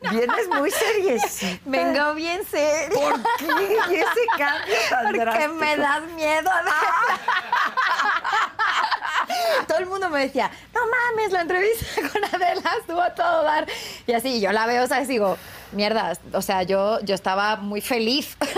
Vienes muy seriecita. Vengo bien seria. ¿Por qué? ¿Y ese cambio tan Porque drástico? me das miedo. Todo el mundo me decía, no mames, la entrevista con Adela estuvo a todo dar. Y así, y yo la veo, ¿sabes? Digo, mierdas, o sea, yo, yo estaba muy feliz.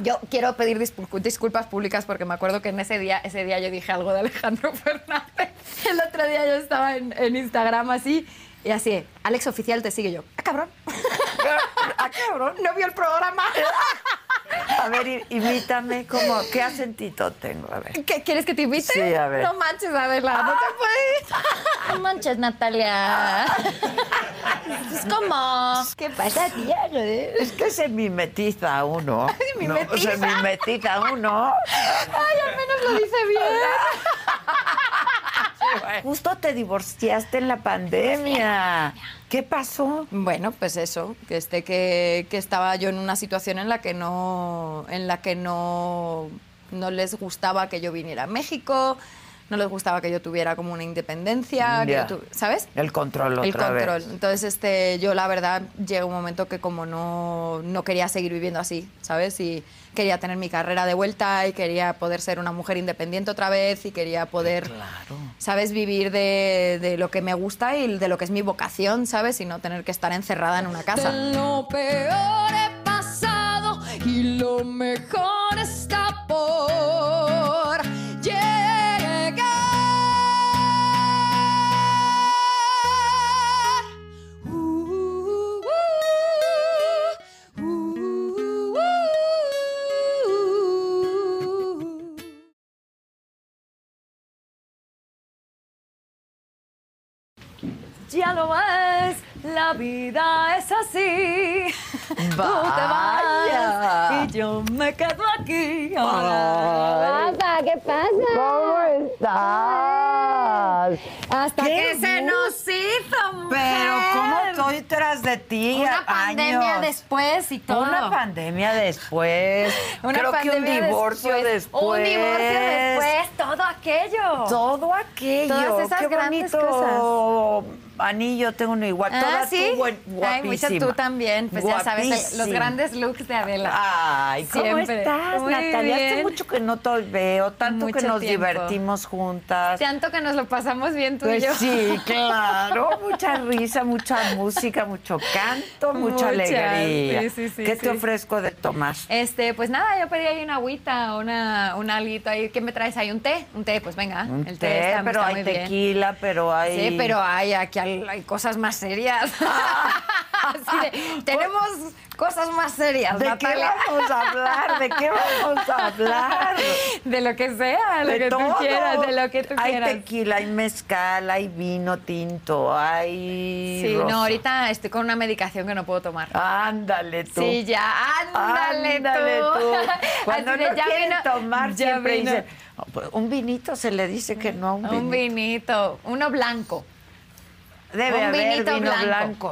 Yo quiero pedir dispu- disculpas públicas porque me acuerdo que en ese día, ese día yo dije algo de Alejandro Fernández. El otro día yo estaba en, en Instagram así y así, Alex Oficial te sigue yo. ¡Ah, cabrón! Ah, cabrón. No vio el programa. A ver, i- imítame como, ¿qué acentito tengo? A ver. ¿Qué, ¿Quieres que te invite? Sí, a ver. No manches, Adela, no te puedes. No manches, Natalia. es como... ¿Qué pasa, tía? Es que se mimetiza uno. Se No, mimetiza. se mimetiza uno. Ay, al menos lo dice bien. Justo te divorciaste en la pandemia. ¿Qué pasó? Bueno, pues eso, que este que, que estaba yo en una situación en la que no en la que no no les gustaba que yo viniera a México, no les gustaba que yo tuviera como una independencia, que Ya. yo tu- ¿sabes? Ah, El control otra el control. vez. Entonces, este, yo la verdad llega un momento que como no, no quería seguir viviendo así, ¿sabes? Y quería tener mi carrera de vuelta y quería poder ser una mujer independiente otra vez y quería poder, ¿sabes? Vivir de, de lo que me gusta y de lo que es mi vocación, ¿sabes? Y no tener que estar encerrada en una casa. Lo peor he pasado y lo mejor está por llegar. Uh, uh, uh, uh, uh. Ya lo ves, la vida es así. Vaya. y yo me quedo aquí. Papá, ¿qué ¿Cómo pasa? estás? Hasta ¿Qué que se nos hizo, Pero ¿cómo estoy tras de ti? Una pandemia años? después y todo. Una pandemia después. Una Creo que un pandemia divorcio después. Un divorcio después, todo aquello. Todo aquello. Todas esas Qué grandes bonito anillo tengo uno igual. Ah, Toda ¿sí? tú buen- Ay, mucha guapísima. tú también. Pues ya sabes, Guapísima. los grandes looks de Adela. Ay, ¿cómo Siempre. estás, Muy Natalia? Hace bien. mucho que no te veo, tanto que Mucho nos tiempo. divertimos juntas. Tanto que nos lo pasamos bien tú Ah. Pues y yo. sí, claro, mucha risa, mucha música, mucho canto, mucha Mucha, alegría. sí, sí, sí, ¿Qué sí. te ofrezco de tomar? Este, pues nada, yo pedí ahí una agüita, una, un alguito ahí. ¿Qué me traes ahí? ¿Un té? Un té, pues venga. Un el té, té, está, pero está hay muy bien. tequila, pero hay... Sí, pero hay, aquí hay, hay cosas más serias. Así de, tenemos cosas más serias, ¿De qué Natalia. vamos a hablar? ¿De qué vamos a hablar? De lo que sea, lo De que tú todo. quieras, de lo que tú hay quieras. tequila, hay mezcal, hay vino tinto, hay... Sí, rosa. no, ahorita estoy con una medicación que no puedo tomar. Ándale tú. Sí, ya, ándale, Ándale tú. Cuando Así no de, ya quieren vino- tomar, ya siempre vino dicen, "Oh, pues, un vinito se le dice que no a un vinito. Un vinito, uno blanco. Debe Un haber vinito vino blanco.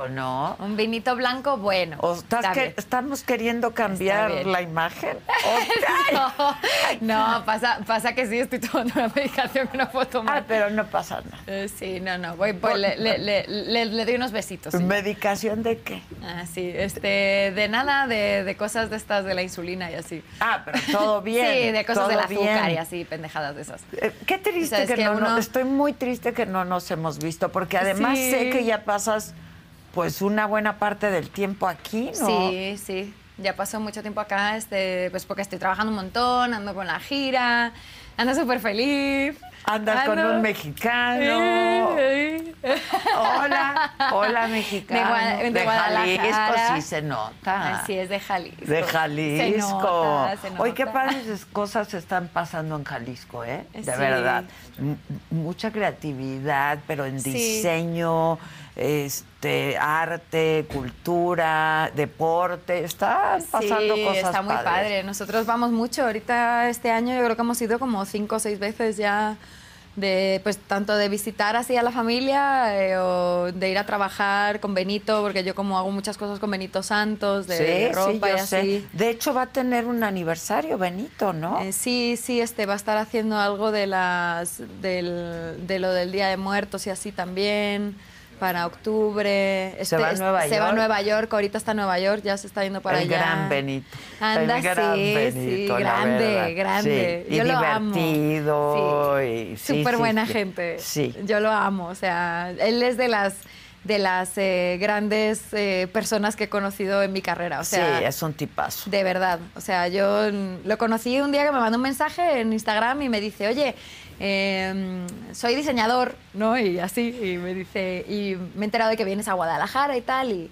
blanco, ¿no? Un vinito blanco bueno. ¿O estás Está que- bien. estamos queriendo cambiar bien. la imagen? O- No, pasa, pasa que sí, estoy tomando una medicación que no puedo tomar. ah, pero no pasa nada. Eh, sí, no, no, voy, voy, le, le- le- le- le doy unos besitos. sí. ¿Medicación de qué? Ah, sí, este, de nada, de, de cosas de estas, de la insulina y así. Ah, pero todo bien. sí, de cosas todo del azúcar bien. y así, pendejadas de esas. Eh, Qué triste ¿Sabes que, qué? no, no- Uno- estoy muy triste que no nos hemos visto, porque además Sí. sé que ya pasas pues una buena parte del tiempo aquí, ¿no? Sí, sí. Ya pasó mucho tiempo acá, este, pues porque estoy trabajando un montón, ando con la gira, ando súper feliz. Andas con Ando- un mexicano. Eh, eh. Hola, hola mexicano. De Gua- de Jalisco Guadalajara. sí se nota. Así es, de Jalisco. Ah. De Se Jalisco. nota, se Oye, qué nota. padres cosas están pasando en Jalisco, ¿eh? De Sí. verdad. M- mucha creatividad, pero en Sí. diseño, este, arte, cultura, deporte. Están pasando sí, cosas está muy padres. padre. Nosotros vamos mucho. Ahorita este año yo creo que hemos ido como cinco o seis veces ya de pues tanto de visitar así a la familia eh, o de ir a trabajar con Benito porque yo como hago muchas cosas con Benito Santos de, sí, de sí, ropa yo y así. sé. De hecho, va a tener un aniversario, Benito, ¿no? Eh, sí, sí, este va a estar haciendo algo de las del, de lo del Día de Muertos y así también para octubre. Este, va a es- Nueva Se va a York. Nueva York, ahorita está en Nueva York, ya se está yendo para el allá. gran Benito. Anda, el gran sí, Benito, sí, la verdad. grande, grande. Sí, y Yo lo amo. divertido. Sí. y- sí, Súper sí, buena sí. gente. Sí. Yo lo amo. O sea, él es de las de las eh, grandes eh, personas que he conocido en mi carrera. O sea, sí, es un tipazo. de verdad. O sea, yo mm, lo conocí un día que me mandó un mensaje en Instagram y me dice, oye, eh, mm, soy diseñador, ¿no? Y así, y me dice, y me he enterado de que vienes a Guadalajara y tal, y,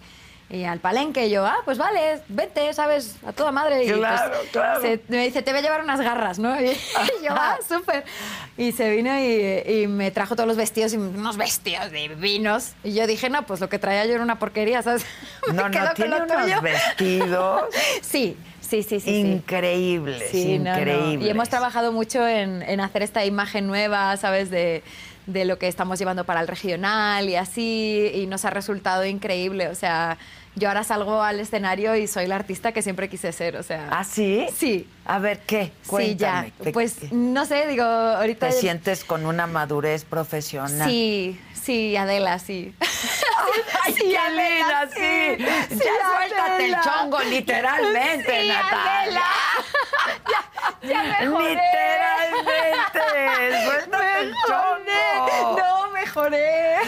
y al palenque. Y yo, ah, pues vale, vete, ¿sabes? A toda madre. Y Claro, pues, claro. se- me dice, te voy a llevar unas garras, ¿no? Y, yo, ah, súper. Y se vino y, y me trajo todos los vestidos y unos vestidos divinos. Y yo dije, no, pues lo que traía yo era una porquería, ¿sabes? Me No, quedo no, con tiene lo unos tuyo. vestidos Sí, sí, sí, sí. sí. increíbles, Sí, no, no. increíbles. Y hemos trabajado mucho en, en hacer esta imagen nueva, ¿sabes? De, de lo que estamos llevando para el regional y así, y nos ha resultado increíble. O sea, yo ahora salgo al escenario y soy la artista que siempre quise ser, o sea. ¿Ah, sí? Sí. A ver, ¿qué? Sí, ya. Cuéntame, ¿qué- Pues qué? no sé, digo, ahorita. ¿Te sientes con una madurez profesional? Sí, sí, Adela, sí. ¡Ay, Sí, qué Adela, linda, sí! sí. Sí, ya suéltate el Adela. chongo, literalmente, Sí, Natalia. Adela. Ya, ya mejoré. Literalmente, suéltate el chongo. No, mejoré.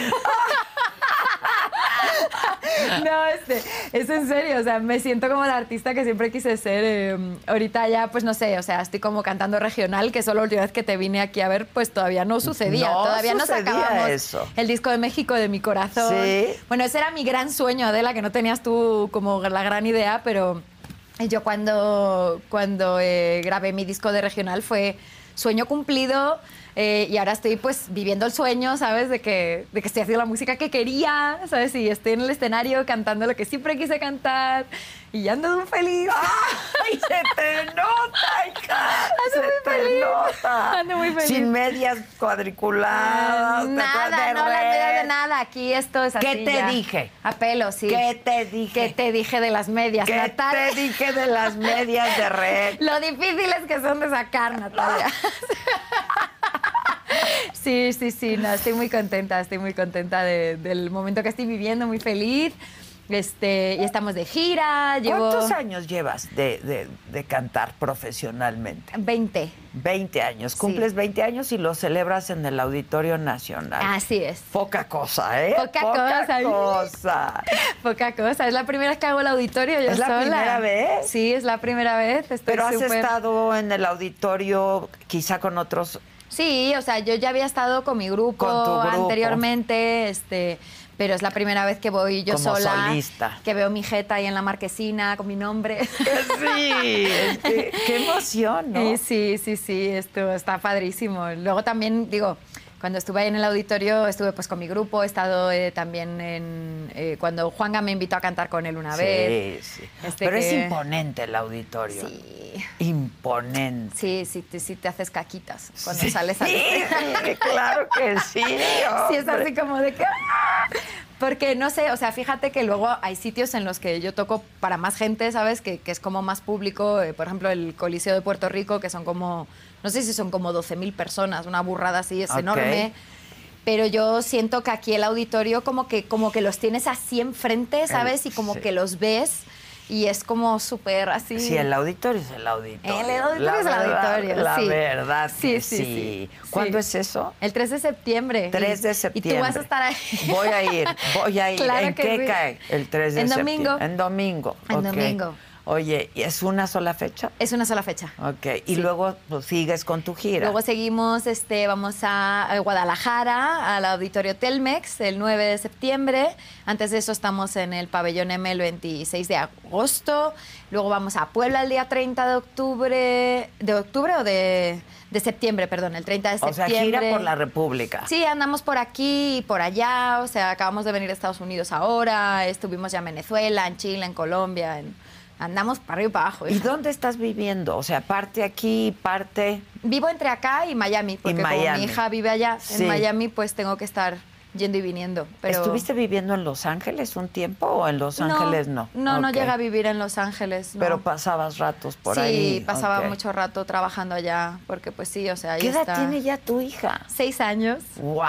No, este, es en serio, o sea, me siento como la artista que siempre quise ser. eh, ahorita ya, pues no sé, o sea, estoy como cantando regional, que solo la última vez que te vine aquí a ver, pues todavía no sucedía. No todavía sucedía no sacábamos eso. el disco de México de mi corazón. Sí. Bueno, ese era mi gran sueño, Adela, que no tenías tú como la gran idea, pero yo cuando, cuando eh, grabé mi disco de regional fue sueño cumplido eh, y ahora estoy pues viviendo el sueño, ¿sabes? De que, de que estoy haciendo la música que quería, ¿sabes? Y estoy en el escenario cantando lo que siempre quise cantar y ya ando de un feliz. ¡Ay, se te nota, hija! ¡Se muy te feliz. nota! Ando muy feliz. Sin medias cuadriculadas. Ah, te nada, puedes no las medias ver. de nada. Aquí esto es así. ¿Qué te ya. dije? A pelo, sí. ¿Qué te dije? ¿Qué te dije de las medias, ¿Qué Natalia? te dije de las medias de red? Lo difíciles que son de sacar, Natalia. Sí, sí, sí, no, estoy muy contenta, estoy muy contenta de- del momento que estoy viviendo, muy feliz. Este, y estamos de gira, llevo ¿Cuántos años llevas de, de- de cantar profesionalmente? 20. 20 años. Cumples 20 años y lo celebras en el Auditorio Nacional. Así es. Poca cosa, ¿eh? Ah, Poca cosa. cosa. Poca cosa, es la primera vez que hago el auditorio yo ¿Es la sola. primera vez? Sí, es la primera vez. Estoy Pero has súper- estado en el auditorio quizá con otros Sí, o sea, yo ya había estado con mi grupo, Con tu grupo. anteriormente, este, pero es la primera vez que voy yo Como sola, solista. que veo mi jeta ahí en la marquesina con mi nombre. Sí, es que- qué emoción, ¿no? Y sí, sí, sí, esto está padrísimo. Luego también, digo, cuando estuve ahí en el auditorio, estuve pues con mi grupo, he estado eh, también en, eh, cuando Juanga me invitó a cantar con él una vez. Sí, sí. Este Pero es que- imponente el auditorio. Sí, Imponente. sí, sí, te, sí te haces caquitas cuando sales al Sí, sí, claro que sí. Sí, es así como de que... ¡ah! Porque no sé, o sea, fíjate que luego hay sitios en los que yo toco para más gente, ¿sabes? Que, que es como más público. eh, por ejemplo, el Coliseo de Puerto Rico, que son como, no sé si son como 12.000 personas, una burrada así, es Ok. enorme. Pero yo siento que aquí el auditorio como que, como que los tienes así enfrente, ¿sabes? Y como sí. que los ves y es como súper así. Sí, el auditorio es el auditorio. El auditorio La es el verdad, auditorio, La sí. verdad, que Sí, sí, sí, sí. ¿Cuándo es eso? El 3 de septiembre. 3 de Y- septiembre. Y tú vas a estar ahí. Voy a ir, voy a ir. Claro ¿En que qué sí. cae? El 3 de En septiembre. domingo. En domingo. En ok. domingo. Oye, ¿y es una sola fecha? Es una sola fecha. Ok. Y luego pues, sigues con tu gira. Luego seguimos, este, vamos a, a Guadalajara, al Auditorio Telmex, el 9 de septiembre. Antes de eso estamos en el Pabellón M el 26 de agosto. Luego vamos a Puebla el día 30 de octubre. ¿De octubre o de, de septiembre? Perdón, el 30 de o sea, septiembre. gira por la República. Sí, andamos por aquí y por allá. O sea, acabamos de venir a Estados Unidos ahora. Estuvimos ya en Venezuela, en Chile, en Colombia. en- andamos para arriba y para abajo. ¿Y dónde estás viviendo? O sea, parte aquí, parte. Vivo entre acá y Miami, porque como Miami. mi hija vive allá Sí. en Miami, pues tengo que estar yendo y viniendo. Pero ¿Estuviste viviendo en Los Ángeles un tiempo o en Los Ángeles no? No, no Ok. llega a vivir en Los Ángeles. no. Pero pasabas ratos por sí, ahí. pasaba ok. mucho rato trabajando allá, porque pues sí, o sea, ahí ¿Qué edad está. tiene Oh. ya tu hija? Seis años. ¡Wow!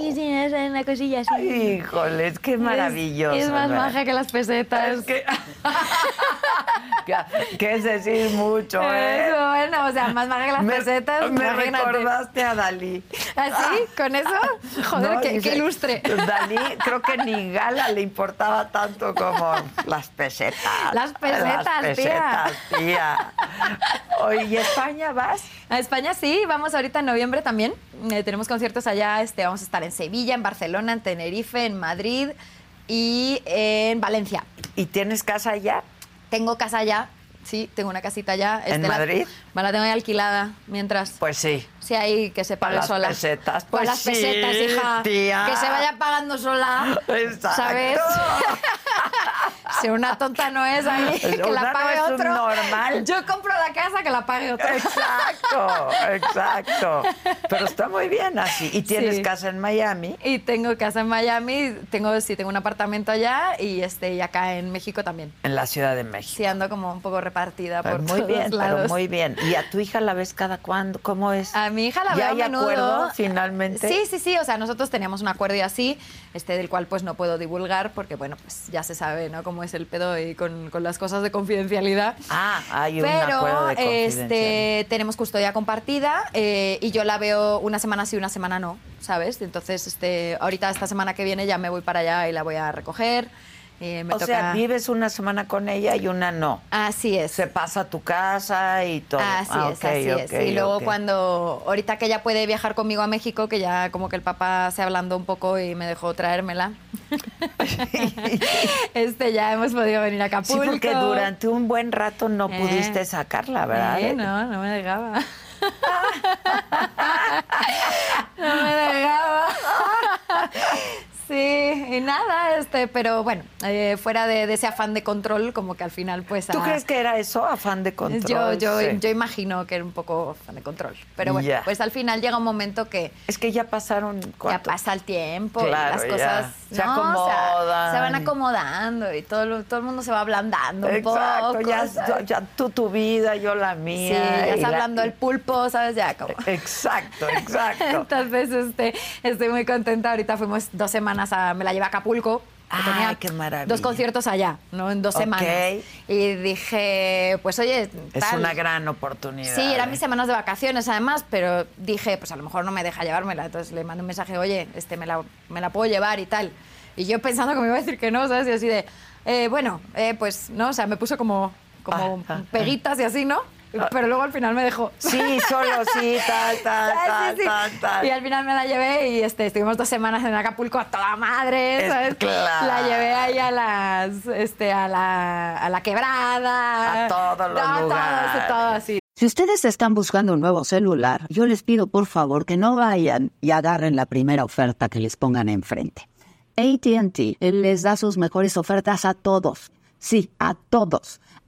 sí, es una cosilla así. Híjoles, qué maravilloso. Es, más ¿verdad? baja que las pesetas. Es que... que- que es decir mucho, Eso, ¿eh? bueno, o sea, más baja que las pesetas. me imagínate. recordaste a Dalí. ¿Así? ¿Con eso? Joder, No, qué, dice, qué ilustre. Dalí, creo que ni Gala le importaba tanto como las pesetas. Las pesetas, Las tía. pesetas, tía. Oye, ¿y España vas? A España sí, vamos ahorita en noviembre también. Eh, tenemos conciertos allá, este, vamos a estar en Sevilla, en Barcelona, en Tenerife, en Madrid y en Valencia. ¿Y tienes casa allá? Tengo casa allá, sí, tengo una casita allá. este, ¿En la- Madrid? Me la tengo ahí alquilada mientras. Pues sí. Sí, ahí que se Para pague las sola. pesetas, Para pues las sí, pesetas, hija. tía. Que se vaya pagando sola. Exacto. ¿Sabes? Si una tonta no es ahí, que Una la no pague es un otro. normal. Yo compro la casa, que la pague otro. Exacto, exacto. Pero está muy bien así. Y tienes Sí. casa en Miami. Y tengo casa en Miami, tengo sí, tengo un apartamento allá y este y acá en México también. En la Ciudad de México. Sí, ando como un poco repartida Pues por muy todos bien, lados. pero muy bien. ¿Y a tu hija la ves cada cuándo? ¿Cómo es? A mi hija la ¿Ya veo hay a menudo. acuerdo finalmente? Sí, sí, sí. O sea, nosotros teníamos un acuerdo y así, este del cual pues no puedo divulgar porque, bueno, pues ya se sabe, ¿no? Cómo es el pedo y con, con las cosas de confidencialidad. Ah, hay un acuerdo Pero de confidencialidad. este, tenemos custodia compartida eh, y yo la veo una semana sí, una semana no, ¿sabes? Entonces, este, ahorita esta semana que viene ya me voy para allá y la voy a recoger. eh, me O toca... sea, vives una semana con ella y una no. Así es. Se pasa a tu casa y todo. Así Ah, es, ok, así es. ok, y luego ok. cuando, ahorita que ella puede viajar conmigo a México, que ya como que el papá se ablandó un poco y me dejó traérmela, este ya hemos podido venir a Sí, Acapulco. porque durante un buen rato no Eh. pudiste sacarla, ¿verdad? Eh, no, no me dejaba. no me dejaba. sí, y nada, este, pero bueno, eh, fuera de, de ese afán de control, como que al final pues... ¿Tú ah, crees que era eso, afán de control? Yo, yo, Sí. yo imagino que era un poco afán de control. Pero bueno, Ya. pues al final llega un momento que Es que ya pasaron ya cuánto. pasa el tiempo Claro, y las cosas ya. Se ¿no? O sea, acomodan. se van acomodando y todo, lo- todo el mundo se va ablandando un Exacto, poco. ya, ¿sabes? ya tú tu vida, yo la Sí, mía. ya y está la- hablando el pulpo, ¿sabes? Ya como... Exacto, exacto. Entonces, este, estoy muy contenta. Ahorita fuimos dos semanas a. Me la llevé a Acapulco. que Ay, qué maravilla. Dos conciertos allá, ¿no? En dos Ok. semanas. Y dije, pues oye. Es tal. una gran oportunidad. Sí, ¿eh? eran mis semanas de vacaciones además, pero dije, pues a lo mejor no me deja llevármela. Entonces le mandé un mensaje, oye, este, me, la, me la puedo llevar y tal. Y yo pensando que me iba a decir que no, ¿sabes? Y así de, eh, bueno, eh, pues no, o sea, me puso como, como Ah, ah, ah. peguitas y así, ¿no? Pero luego al final me dejó. Sí, solo sí, tal, tal, Ah, tal, sí, sí. tal, tal. Y al final me la llevé y este, estuvimos dos semanas en Acapulco a toda madre, Es ¿sabes? claro. La llevé ahí a las, este, a la, a la quebrada. A todos los a todos, lugares. A todos, sí. Si ustedes están buscando un nuevo celular, yo les pido por favor que no vayan y agarren la primera oferta que les pongan enfrente. ATT les da sus mejores ofertas a todos. Sí, a todos.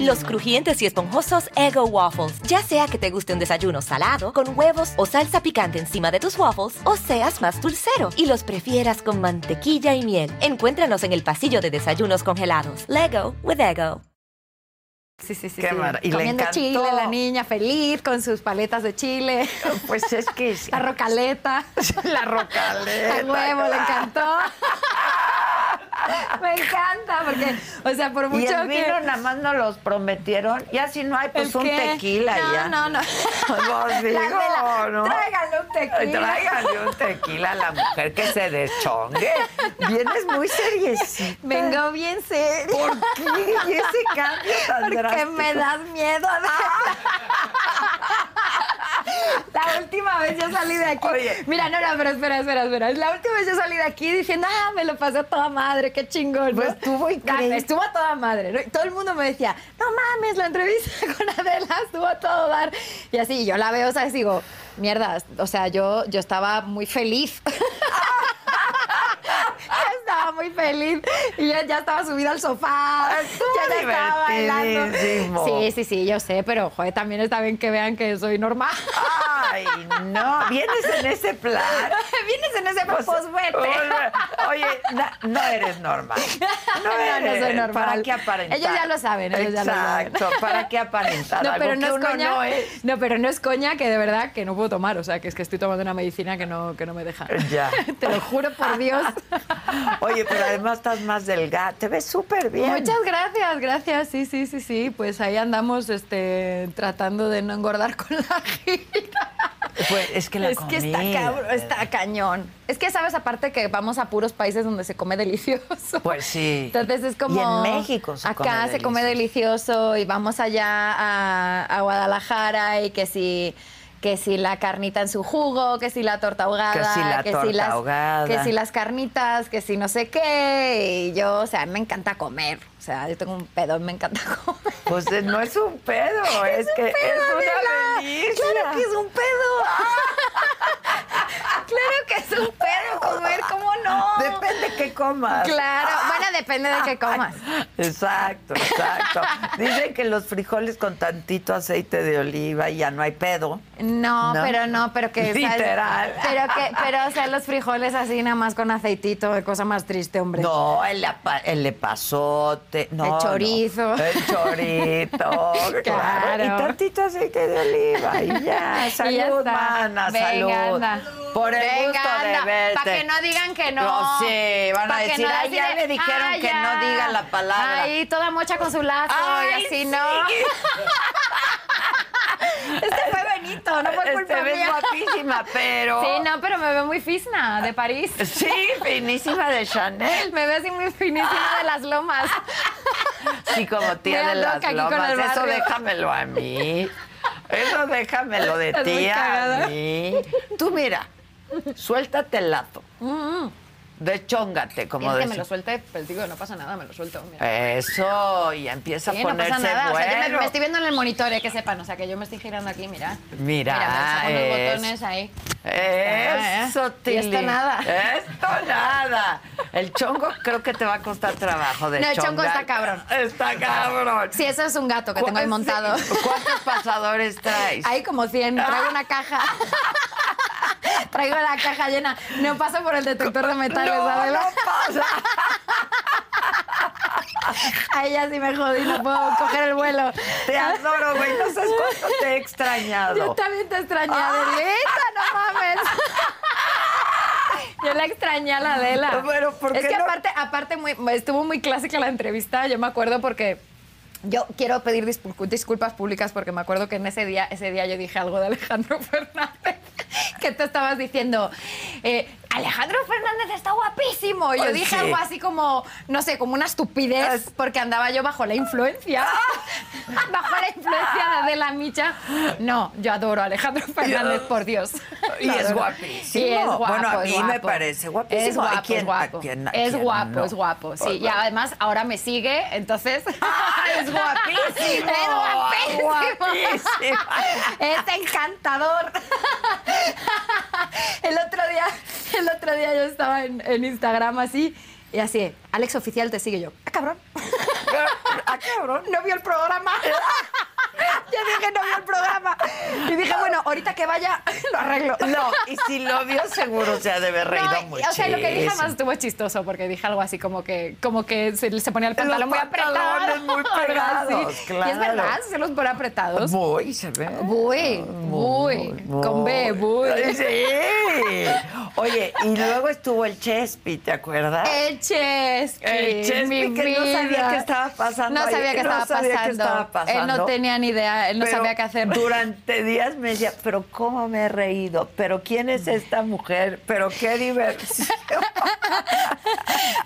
Los crujientes y esponjosos Ego Waffles. Ya sea que te guste un desayuno salado, con huevos o salsa picante encima de tus waffles, o seas más dulcero y los prefieras con mantequilla y miel. Encuéntranos en el pasillo de desayunos congelados. Lego with Ego. Sí, sí, sí. Qué sí. mar- y le Comiendo encantó. chile, la niña feliz con sus paletas de chile, Pues es que sí. la rocaleta, la rocaleta. a huevo, le encantó. Me encanta, porque, o sea, por mucho Y el que. vino nada más nos los prometieron. Ya si no hay, pues ¿El un qué? tequila no, ya. No, no, Pues digo, vela, ¿no? tráiganle un Ay, tequila. Tráigale un tequila a la mujer que se deschongue. Vienes muy seriecita. Vengo bien serio. ¿Por qué? ¿Y ese cambio tan Porque drástico? me das miedo. La última vez yo salí de aquí. Oye. Mira, no, no, pero espera, espera, espera. La última vez yo salí de aquí diciendo, ah, me lo pasé a toda madre, qué chingón. ¿no? Pues estuvo increíble. Ah, Estuvo a toda madre. ¿no? Y todo el mundo me decía, no mames, la entrevista con Adela estuvo a todo dar. Y así, yo la veo, ¿sabes? Digo, mierda, o sea, yo, yo estaba muy feliz. Yo estaba muy feliz y yo ya estaba subida al sofá. Ah, Estuvo ya ya estaba divertidísimo. bailando. Sí, sí, sí, yo sé, pero joder, también está bien que vean que soy normal. Ay, no. Vienes en ese plan. Vienes en ese Pues, pues, vete. Oye, na- no eres normal. No, No, no eres. soy normal. ¿Para qué aparentar? Ellos ya lo saben, ellos ya lo saben. Exacto, ¿para qué aparentar No, algo pero que no es uno coña. no No, es? pero no es coña que de verdad que no puedo tomar. O sea, que es que estoy tomando una medicina que no, que no me deja. Ya. Te lo juro por Dios. Oye, pero además estás más delgada. Te ves súper bien. Muchas gracias, gracias. Sí, sí, sí, sí. Pues ahí andamos este, tratando de no engordar con la gira. Pues, es que la es que está, comida, cabro- está cañón. Es que sabes, aparte que vamos a puros países donde se come delicioso. Pues sí. Entonces es como. Y en México se Acá come se come delicioso y vamos allá a, a Guadalajara y que si. Que si la carnita en su jugo, que si la torta ahogada, Que si la torta las, ahogada. que si las carnitas, que si no sé qué. Y yo, o sea, me encanta comer. O sea, yo tengo un pedo, me encanta comer. Pues eh, no es un pedo, es, que un pedo, es una Adela. delicia. Claro que es un pedo. claro que es un pedo comer, ¿cómo no? Depende qué comas. Claro, Ah. bueno, depende de qué comas. Exacto, exacto. Dicen que los frijoles con tantito aceite de oliva ya no hay pedo. No, ¿No? pero no, pero que ¿sabes? Literal. Pero que, pero o sea, los frijoles así nada más con aceitito, qué cosa más triste, hombre. No, el, apa- el epazote. No, no. chorizo. El chorito. claro. Claro. Y tantito aceite de oliva. Y ya. Salud, está. mana, Venga, salud. anda. Por el Venga, gusto anda, de verte. pa' que no digan que no. No, sí, van a Pa' que decir, "Ay, ya deciden, le dijeron "Ay, que no ya". diga la palabra. Ay, toda mocha con su lazo Ay, y así, sí. ¿no? este fue Benito, no fue culpa Te Este ves mía. guapísima, pero. Sí, no, pero me veo muy fisna de París. Sí, finísima de Chanel. Me veo así muy finísima de las lomas. Sí, como tía Muy de las loca aquí con lomas. el Eso barrio. déjamelo a mí. Eso déjamelo de Estás muy tía a cagada. mí. Tú mira, suéltate el lazo. Deschóngate, como Quieres Mm. que me lo decimos. suelte, pues digo, no pasa nada, me lo suelto. mira. Eso, y empieza Sí, a no ponerse pasa nada. O sea, yo me- bueno. me, estoy viendo en el monitor, eh, que sepan. O sea, que yo me estoy girando aquí, mira. Mira, Mira, me los es- botones ahí. Eso, Ah, Y Tili. esto nada. Esto nada. El chongo creo que te va a costar trabajo de No, el chongo chongar. está cabrón. Está cabrón. Sí, eso es un gato que tengo ahí montado. ¿Cuántos pasadores traes? Hay como 100, traigo una caja. Traigo la caja llena. No pasa por el detector de metales, No, Adela. no pasa. A ella sí me jodí, no puedo coger el vuelo. Te adoro, güey. No sabes cuánto te he extrañado. Ah. Yo también te extrañé, Adelita, no mames. Yo la extrañé a la Adela. Pero, ¿por es qué que no? aparte, aparte muy, estuvo muy clásica la entrevista, yo me acuerdo porque yo quiero pedir dispu- disculpas públicas porque me acuerdo que en ese día, ese día yo dije algo de Alejandro Fernández, que tú estabas diciendo, eh, Alejandro Fernández está guapísimo. Y yo Pues dije sí. algo así como, no sé, como una estupidez, porque andaba yo bajo la influencia, bajo la influencia de la micha. No, yo adoro a Alejandro Fernández, por Dios. Y Lo es adoro. guapísimo. Y es guapo, Bueno, a es mí me guapo. parece guapísimo. Es guapo, Hay quien- es guapo. a quien- a es quien guapo, no. es guapo, sí. Pues Y bueno. además ahora me sigue, entonces... es guapísimo. Es guapísimo. Ah, Guapísimo. Es encantador. El otro día, el otro día yo estaba en, en Instagram así y así, Alex Oficial te sigue yo. Ah, cabrón. Ah, cabrón. No vio el programa. Yo dije, no vio el programa. Y dije, bueno, ahorita que vaya, lo arreglo. No, y si lo vio seguro se ha de haber reído No, muchísimo. O sea, lo que dije más estuvo chistoso porque dije algo así como que, como que se, se ponía el Los pantalón muy apretado. pantalones muy algo así. pegados, Y es verdad, claro. se los pone apretados. Muy, se ve. Buy, buy, con B, buy. Sí. Oye, y luego estuvo el Chespi, ¿te acuerdas? El Chespi. El Chespi, mi que no sabía vida. qué estaba pasando No ahí, sabía qué no estaba, sabía qué pasando. estaba pasando. Él no tenía ni idea, él no Pero sabía qué hacer. Durante días me decía, pero cómo me he reído, pero quién es esta mujer, pero qué diversión.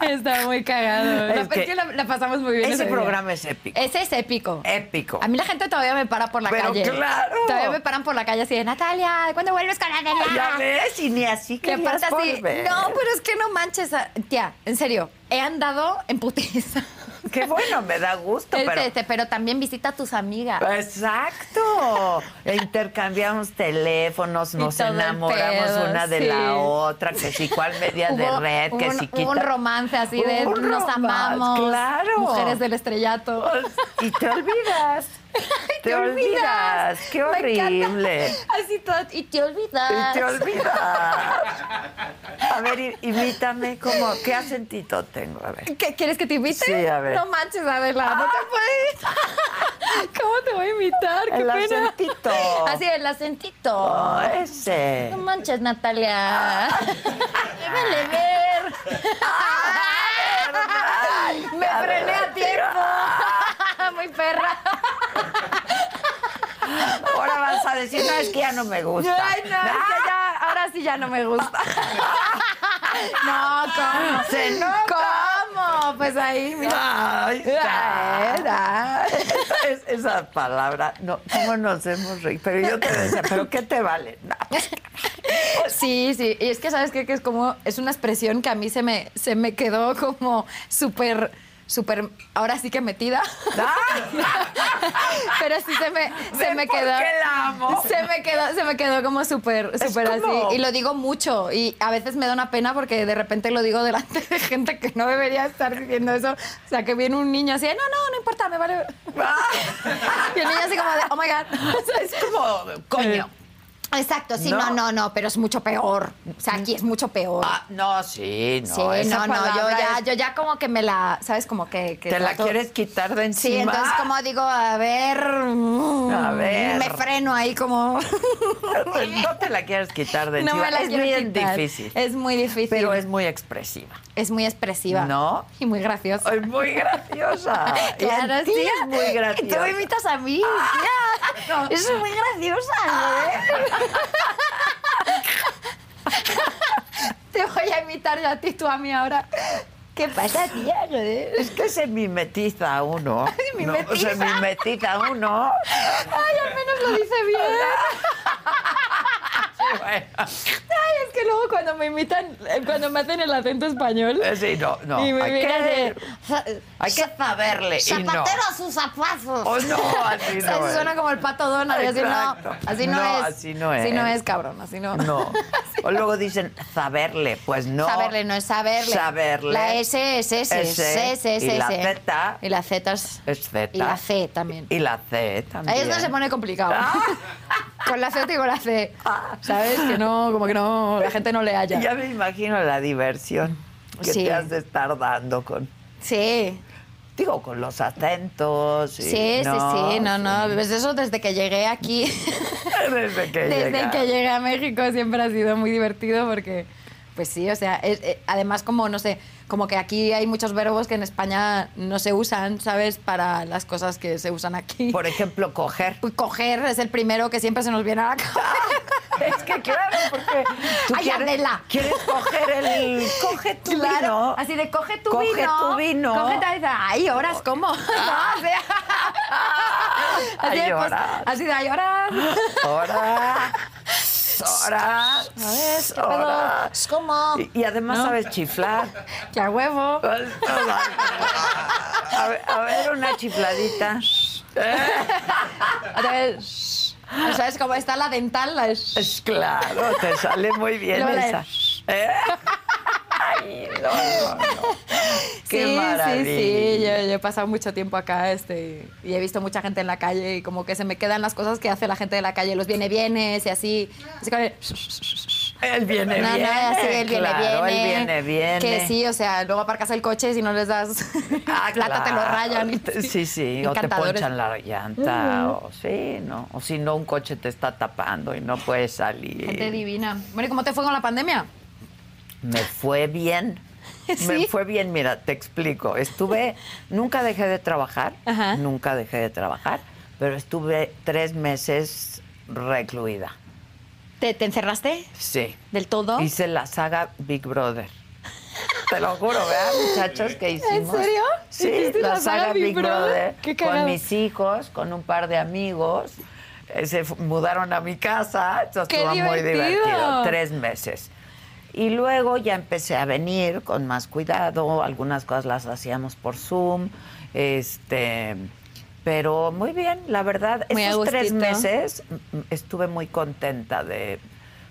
Estaba muy cagado. Es la, es que que la, la pasamos muy bien. Ese día. programa es épico. Ese es épico. Épico. A mí la gente todavía me para por la Pero calle. claro. Todavía me paran por la calle así de Natalia, ¿cuándo vuelves con Adela? Ya ves, y ni así Que que aparte así, volver. no, pero es que no manches, a- tía, en serio, he andado en putiza. Qué bueno, me da gusto, Este, pero... este, pero también visita a tus amigas. Exacto. E Intercambiamos teléfonos, Y nos todo el enamoramos pedo, una de sí. la otra, que si cuál media de Hubo red, que un, si hubo un quita. romance así de Hubo un nos romance, amamos. claro. Mujeres del estrellato. Y te olvidas. te, olvidas. Qué Me encanta. horrible. Así todo. Y te olvidas. Y te olvidas. A ver, i- imítame como, ¿qué acentito tengo? A ver. ¿Qué, ¿Quieres que te invite? Sí, a ver. No manches, Adela, no te puedo imitar. ¿Cómo te voy a imitar? Qué El pena. acentito. Así, el acentito. Oh, ese. No manches, Natalia. Vale ver. Me frené a tiempo. Ah, Muy perra. Ahora vas a decir, no, es que ya no me gusta. Ay, no, es que ya, ahora sí ya no me gusta. No, ¿cómo? Se nota. ¿Cómo? Pues ahí, mira. Ahí está. Es- esa palabra, no, ¿cómo nos hemos reído? Pero yo te decía, ¿pero qué te vale? No, Sí, sí. Y es que, ¿sabes qué? Que es como, es una expresión que a mí se me, se me quedó como súper, súper, ahora sí que metida. Pero sí se me, se ¿Ven me por quedó. qué la amo? Se me quedó, se me quedó como súper, súper como- así. Y lo digo mucho. Y a veces me da una pena porque de repente lo digo delante de gente que no debería estar diciendo eso. O sea, que viene un niño así, no, no, no importa, me vale. Y el niño así como de, oh my God. O sea, es Ah. como, coño. Exacto, sí, no. no, No. no, pero es mucho peor. O sea, aquí es mucho peor. Ah, no, sí, no. sí, esa no, no, yo palabra ya, es- yo ya como que me la, ¿sabes? Como que... que ¿Te la trato- quieres quitar de Sí, encima? entonces como digo, a ver... A ver. Me freno ahí como... No te la quieres quitar de no encima. me la Pues es quiero bien quitar. difícil. Es muy difícil. Pero es muy expresiva. Es muy expresiva. ¿No? Y muy graciosa. Es muy graciosa. Y en Claro, ti sí. es muy Tú graciosa. Ah, me imitas a mí. tía. Eso es muy graciosa, ¿eh? Te voy a imitar yo a ti, tú a mí ahora. ¿Qué pasa, tía? joder? Es que se mimetiza uno. Se No, mimetiza. se mimetiza uno. Ay, al menos lo dice bien. Bueno, Ay, es que luego cuando me imitan, eh, cuando me hacen el acento español. sí, no, Eh, no. y me hay, miran que, de, "Za- hay que saberle. y no. Zapatero a sus zapatos. Oh, no, así O sea, no eso es. suena como el pato Donald. y Así no, Exacto. así no, No, es. así no es. Así no es, cabrón. Así no. No. O luego dicen saberle. Pues no. Saberle no es saberle. Saberle. La S es S. S, S, S, S. y la Z. Y la Z es. Es Z. Y la C también. Y la C también. Ah. Ahí es donde se pone complicado. con la Z y con la C. ¿Sabes? Que no, como que no, la gente no le halla. Ya me imagino la diversión que Sí. te has de estar dando con, Sí, digo, con los atentos. y- sí, sí, sí, no, no. Pues eso desde que llegué aquí, Desde que desde llega. que llegué a México siempre ha sido muy divertido porque, pues sí, o sea, es- eh, además como, no sé, como que aquí hay muchos verbos que en España no se usan, ¿sabes? Para las cosas que se usan aquí. Por ejemplo, coger. Pues coger es el primero que siempre se nos viene a la cabeza. Ah, Es que claro, porque tú Ay, quieres, Adela. quieres coger el... Coge tu vino. Así de coge tu Coge vino. tu vino. Ah. Coge tu vino. Ay, horas, ¿cómo? No, o sea, así, Ay, de, pues, horas. así de, ay, horas. Ahora. Ahora. ¿Sabes? Ahora. Es como. Y, y además sabes chiflar. Que a huevo. A ver, a ver, una chifladita. Otra vez. ¿Sabes cómo está la dental? La es- Es claro, te sale muy bien Luego la esa. de- ¿Eh? Ay, no, no, no. Qué sí, sí, maravilla. sí. Yo, yo he pasado mucho tiempo acá este, y he visto mucha gente en la calle y como que se me quedan las cosas que hace la gente de la calle, los viene bienes y así. Así como el- Él Pues, viene No, bien. no, así él viene, claro, viene. Él viene bien. Que sí, o sea, luego aparcas el coche y si no les das Ah, plata te lo claro. rayan. y- Sí, sí, o te Encantadores. ponchan la llanta, o sí, ¿no? O si no, un coche te está tapando y no puedes salir. Gente divina. Bueno, ¿y cómo te fue con la pandemia? Me fue bien. Me ¿Sí? fue bien, mira, te explico. Estuve, nunca dejé de trabajar, Ajá. nunca dejé de trabajar, pero estuve tres meses recluida. ¿Te, te encerraste Sí. del todo? Hice la saga Big Brother. Te lo juro, ¿verdad, muchachos? Que hicimos. serio? Sí, ¿Hiciste la, saga, Big Brother. Qué con cagado. mis hijos, con un par de amigos. Eh, se fu- mudaron a mi casa. Eso ¡Qué estuvo muy divertido! divertido. Tres meses. Y luego ya empecé a venir con más cuidado. Algunas cosas las hacíamos por Zoom. Este. Pero muy bien, la verdad, Muy a esos tres gustito. meses mm, estuve muy contenta de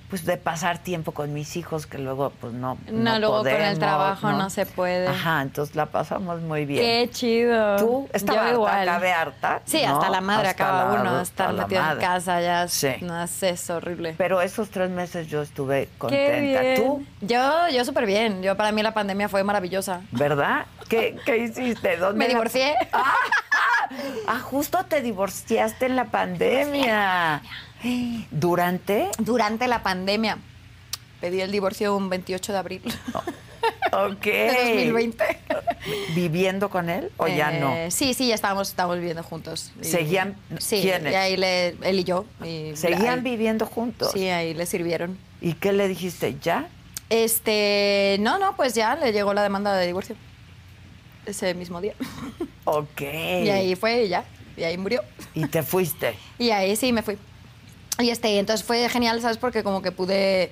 pues de pasar tiempo con mis hijos que luego pues no No, luego con el podemos, trabajo no se puede. Ajá, entonces la pasamos muy bien. Qué chido. Tú Yo estaba harta, igual. acabé harta. Sí, ¿no? hasta la madre Hasta acaba la- uno, hasta estar la metido en madre. casa ya es- Sí. no es, es horrible. Pero esos tres meses yo estuve Qué contenta. bien. Tú, Yo, yo súper bien. Yo para mí la pandemia fue maravillosa. ¿verdad? ¿Qué, qué hiciste? ¿Dónde Me la- divorcié. Ah, justo te divorciaste en la pandemia. ¿Durante? Durante la pandemia pedí el divorcio un 28 de abril Ok. de 2020. ¿Viviendo con él o Oh, ya Eh, no? Sí, sí, ya estábamos, estábamos viviendo juntos. Y- Seguían- Sí, ¿quiénes? y ahí le, él y yo. y- ¿Seguían ahí- viviendo juntos? Sí, ahí le sirvieron. ¿Y qué le dijiste? ¿Ya? Este, no, no, pues ya le llegó la demanda de divorcio ese mismo día. Ok. Y ahí fue y ya, y ahí murió. Y te fuiste. Y ahí sí me fui. Y este, entonces fue genial, ¿sabes? Porque como que pude,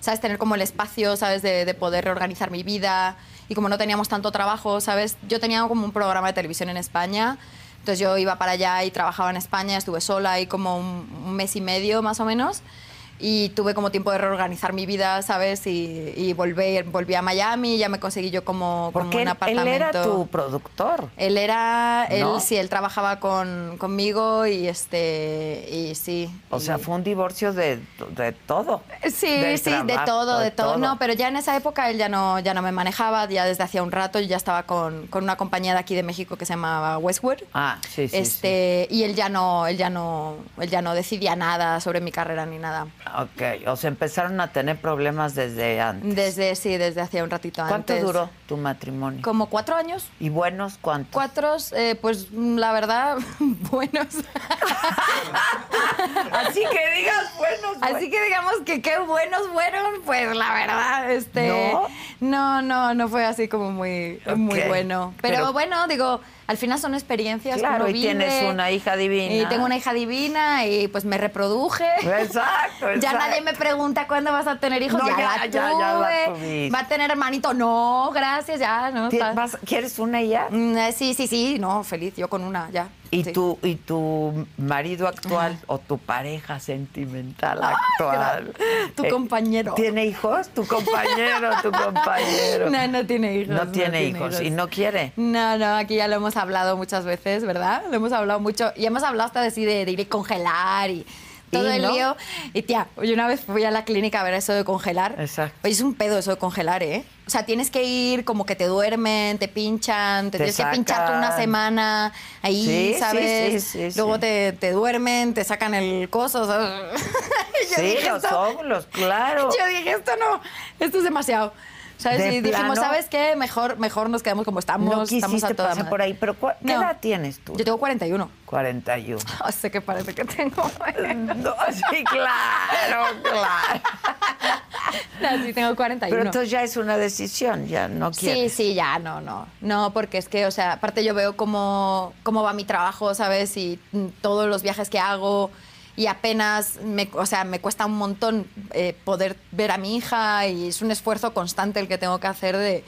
¿sabes? Tener como el espacio, ¿sabes? De, de poder reorganizar mi vida. Y como no teníamos tanto trabajo, ¿sabes? Yo tenía como un programa de televisión en España. Entonces yo iba para allá y trabajaba en España. Estuve sola ahí como un, un mes y medio más o menos. Y tuve como tiempo de reorganizar mi vida, ¿sabes? Y, y volver, volví a Miami. Ya me conseguí yo como, como Porque un él, él apartamento. era tu productor. Él era, él ¿No? sí, él trabajaba con, conmigo y este, y sí. O y- sea, fue un divorcio de, de todo. Sí, Del sí, de trabajo, todo, de todo. No, pero ya en esa época él ya no, ya no me manejaba, ya desde hacía un rato, yo ya estaba con, con una compañía de aquí de México que se llamaba Westwood. Ah, sí, sí. este, y él ya no, él ya no, él ya no decidía nada sobre mi carrera ni nada. sí. Ok, o sea, empezaron a tener problemas desde antes. Desde, sí, desde hacía un ratito ¿Cuánto antes. duró tu matrimonio? Como cuatro años. ¿Y buenos cuántos? Cuatro, eh, pues la verdad, buenos. Así que digas buenos. Así que digamos que qué buenos fueron, pues la verdad, este. ¿No? No, no, no, fue así como muy, muy Ok. bueno. Pero, Pero- bueno, digo, al final son experiencias. que Claro, uno y tienes vive, una hija divina. Pues, Y tengo una hija divina y pues me reproduje. Exacto, Ya exacto. nadie me pregunta cuándo vas a tener hijos. No, ya, ya, la ya, ya la tuve. tuviste. Va a tener hermanito. No, gracias, ya, no. ¿Tien- está- vas- ¿Quieres una ya? Mm, eh, Sí, sí, sí, no, feliz, yo con una, ya. ¿Y, sí. tu, ¿Y tu marido actual o tu pareja sentimental actual? Eh, tu compañero. ¿Tiene hijos? Tu compañero, tu compañero. No, no tiene hijos. No tiene hijos y no quiere. No, no, aquí ya lo hemos hablado muchas veces, ¿verdad? Lo hemos hablado mucho y hemos hablado hasta de, sí, de, de ir y congelar y todo Sí, el ¿no? lío. Y tía, yo una vez fui a la clínica a ver eso de congelar. Exacto. Oye, es un pedo eso de congelar, ¿eh? O sea, tienes que ir como que te duermen, te pinchan, te, Te tienes que pinchar tú una sacan. semana ahí, Sí, sí, ¿sabes? sí, sí, Luego sí. Te, te duermen, te sacan el coso. o sea, y yo Sí, dije, los "Esto- óvulos, claro. yo dije, esto no, esto es demasiado. ¿Sabes? ¿De Y dijimos, plano? ¿sabes qué? Mejor, mejor nos quedamos como estamos. no estamos a quisiste toda pasar madre". por ahí, pero ¿cuá- ¿qué No. edad tienes tú? Yo tengo 41. 41. O sea que parece que tengo. No, sí, claro, claro. No, sí, tengo 41. Pero entonces ya es una decisión, ya no Sí, quieres. sí, ya, no, no. No, porque es que, o sea, aparte yo veo cómo, cómo va mi trabajo, ¿sabes? Y mm, todos los viajes que hago. Y apenas, me, o sea, me cuesta un montón eh, poder ver a mi hija y es un esfuerzo constante el que tengo que hacer de,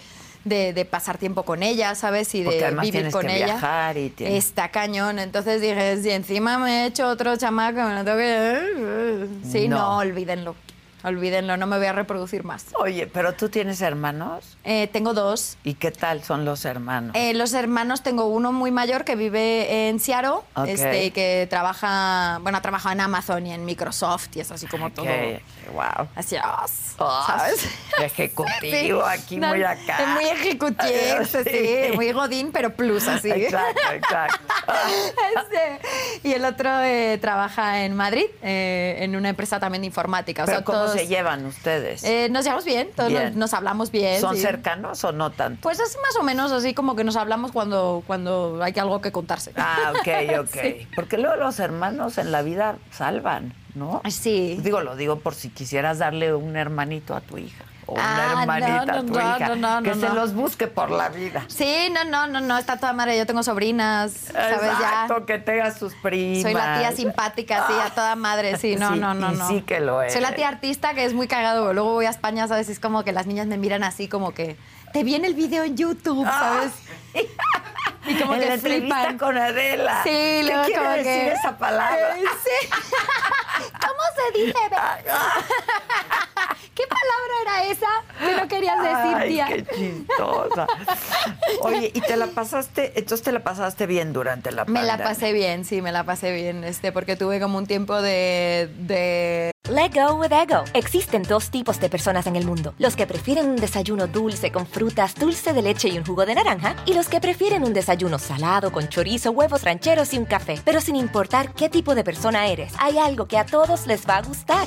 de- de pasar tiempo con ella, ¿sabes? Y Porque de además vivir tienes con que ella. viajar y tienes- Está cañón. Entonces dije, si encima me he hecho otro chamaco, me lo tengo que... Sí, No. no, olvídenlo. Olvídenlo, no me voy a reproducir más. Oye, pero tú tienes hermanos. Eh, tengo dos. ¿Y qué tal son los hermanos? Eh, los hermanos, tengo uno muy mayor que vive en Seattle, Ok. este, y que trabaja, bueno, ha trabajado en Amazon y en Microsoft y es así como todo. wow. Así, ah, ¿sabes? ¿Sabes? Ejecutivo Sí. aquí, No, muy acá. Es muy ejecutivo, sí, Sí. muy godín, pero plus, así. Exacto, exacto. Este, y el otro eh, trabaja en Madrid, eh, en una empresa también de informática. O Pero sea, ¿cómo todos- se llevan ustedes? Eh, nos llevamos bien, todos Bien. Nos, nos hablamos bien. ¿Son sí. cercanos o no tanto? Pues es más o menos así como que nos hablamos cuando, cuando hay que- algo que contarse. Ah, ok, ok. Sí. Porque luego los hermanos en la vida salvan, ¿no? Sí. Digo, lo digo por si quisieras darle un hermanito a tu hija o una Ah, no, hermanita a no, tu no, hija. no, no, que no, se no. los busque por la vida. Sí, no, no, no, no, está toda madre. Yo tengo sobrinas, ¿sabes? Exacto, ya. que tenga sus primas. Soy la tía simpática, sí, a toda madre, sí, no, Sí, no, no, y no. sí que lo Soy la eres. tía artista que es muy cagado. porque Luego voy a España, ¿sabes? Y es como que las niñas me miran así como que, te viene el video en YouTube, ¿sabes? Y como Ah, En la que entrevista flipan. con Adela. Sí, ¿Qué luego quiere como decir que- esa palabra? Eh, sí. ¿Cómo se dice? ¿Qué palabra era esa? ¿Qué no querías decir, Ay, tía? qué chistosa. Oye, ¿y te la pasaste? Entonces te la pasaste bien durante la Me pandemia. la pasé bien, sí, me la pasé bien, este, porque tuve como un tiempo de, de Let go with ego. Existen dos tipos de personas en el mundo: los que prefieren un desayuno dulce con frutas, dulce de leche y un jugo de naranja, y los que prefieren un desayuno salado con chorizo, huevos rancheros y un café. Pero sin importar qué tipo de persona eres, hay algo que a todos les va a gustar.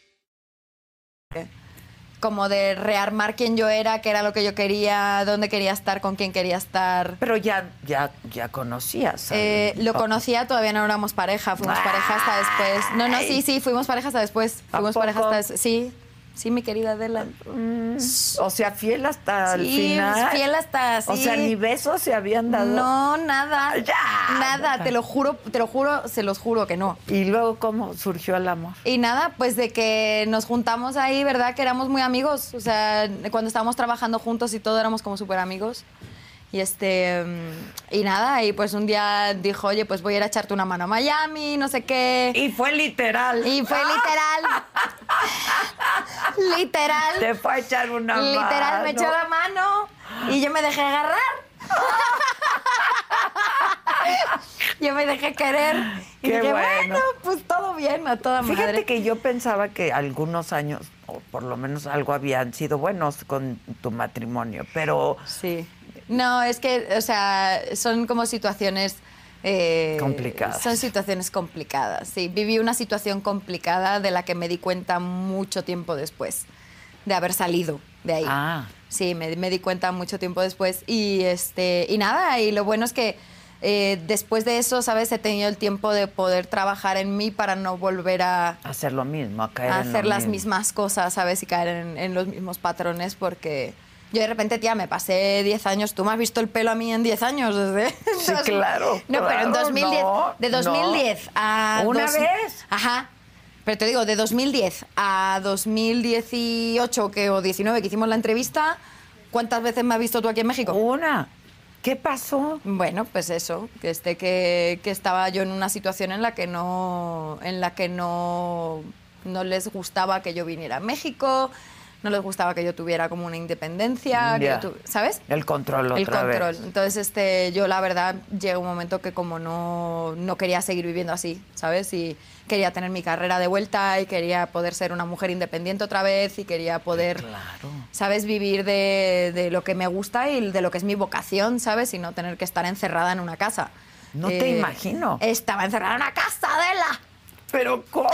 como de rearmar quién yo era, qué era lo que yo quería, dónde quería estar, con quién quería estar. Pero ya, ya, ya conocías. al Eh, lo papá. conocía, todavía no éramos pareja, fuimos pareja hasta después. No, no, sí, sí, fuimos pareja hasta después. Ah. ¿A Fuimos pareja poco? hasta después. Sí, sí, mi querida Adela. O sea, fiel hasta el Sí, final. fiel hasta, sí. O sea, ni besos se habían dado. No, nada. Ya. Nada, te lo juro, te lo juro, se los juro que no. Y luego, ¿cómo surgió el amor? Y nada, pues de que nos juntamos ahí, ¿verdad? Que éramos muy amigos. O sea, cuando estábamos trabajando juntos y todo, éramos como súper amigos. Y este. mm, Y nada, y pues un día dijo, oye, pues voy a ir a echarte una mano a Miami, no sé qué. Y fue literal. Y fue literal. literal. Te fue a echar una mano. Literal, me echó la mano y yo me dejé agarrar. yo me dejé querer. Y Qué dije, bueno. bueno. pues todo bien, a toda Fíjate madre. que yo pensaba que algunos años, o por lo menos algo habían sido buenos con tu matrimonio, pero Sí. No, es que, o sea, son como situaciones... eh, Complicadas. Son situaciones complicadas, sí. Viví una situación complicada de la que me di cuenta mucho tiempo después, de haber salido de ahí. Ah. Sí, me, me di cuenta mucho tiempo después. Y, este, y nada, y lo bueno es que eh, después de eso, ¿sabes? He tenido el tiempo de poder trabajar en mí para no volver a, Hacer lo mismo, a caer a en lo hacer las mismo. mismas cosas, ¿sabes? Y caer en, en los mismos patrones porque yo de repente, tía, me pasé 10 años. Tú me has visto el pelo a mí en 10 años desde... Sí, claro, No, pero en claro, 2010. no, de no. 2010 a... ¿Una dos- vez? Ajá. Pero te digo, de 2010 a 2018 que, o 19 que hicimos la entrevista, ¿cuántas veces me has visto tú aquí en México? Una. ¿Qué pasó? Bueno, pues eso, que este que, que estaba yo en una situación en la que no en la que no no les gustaba que yo viniera a México, no les gustaba que yo tuviera como una independencia, que Ya. yo tu- ¿sabes? El control El otra control. vez. Entonces, este, yo la verdad llega un momento que como no, no quería seguir viviendo así, ¿sabes? Y quería tener mi carrera de vuelta y quería poder ser una mujer independiente otra vez y quería poder, ¿sabes? Vivir de, de lo que me gusta y de lo que es mi vocación, ¿sabes? Y no tener que estar encerrada en una casa. Eh, No te imagino. Estaba encerrada en una casa, Adela. Pero ¿cómo?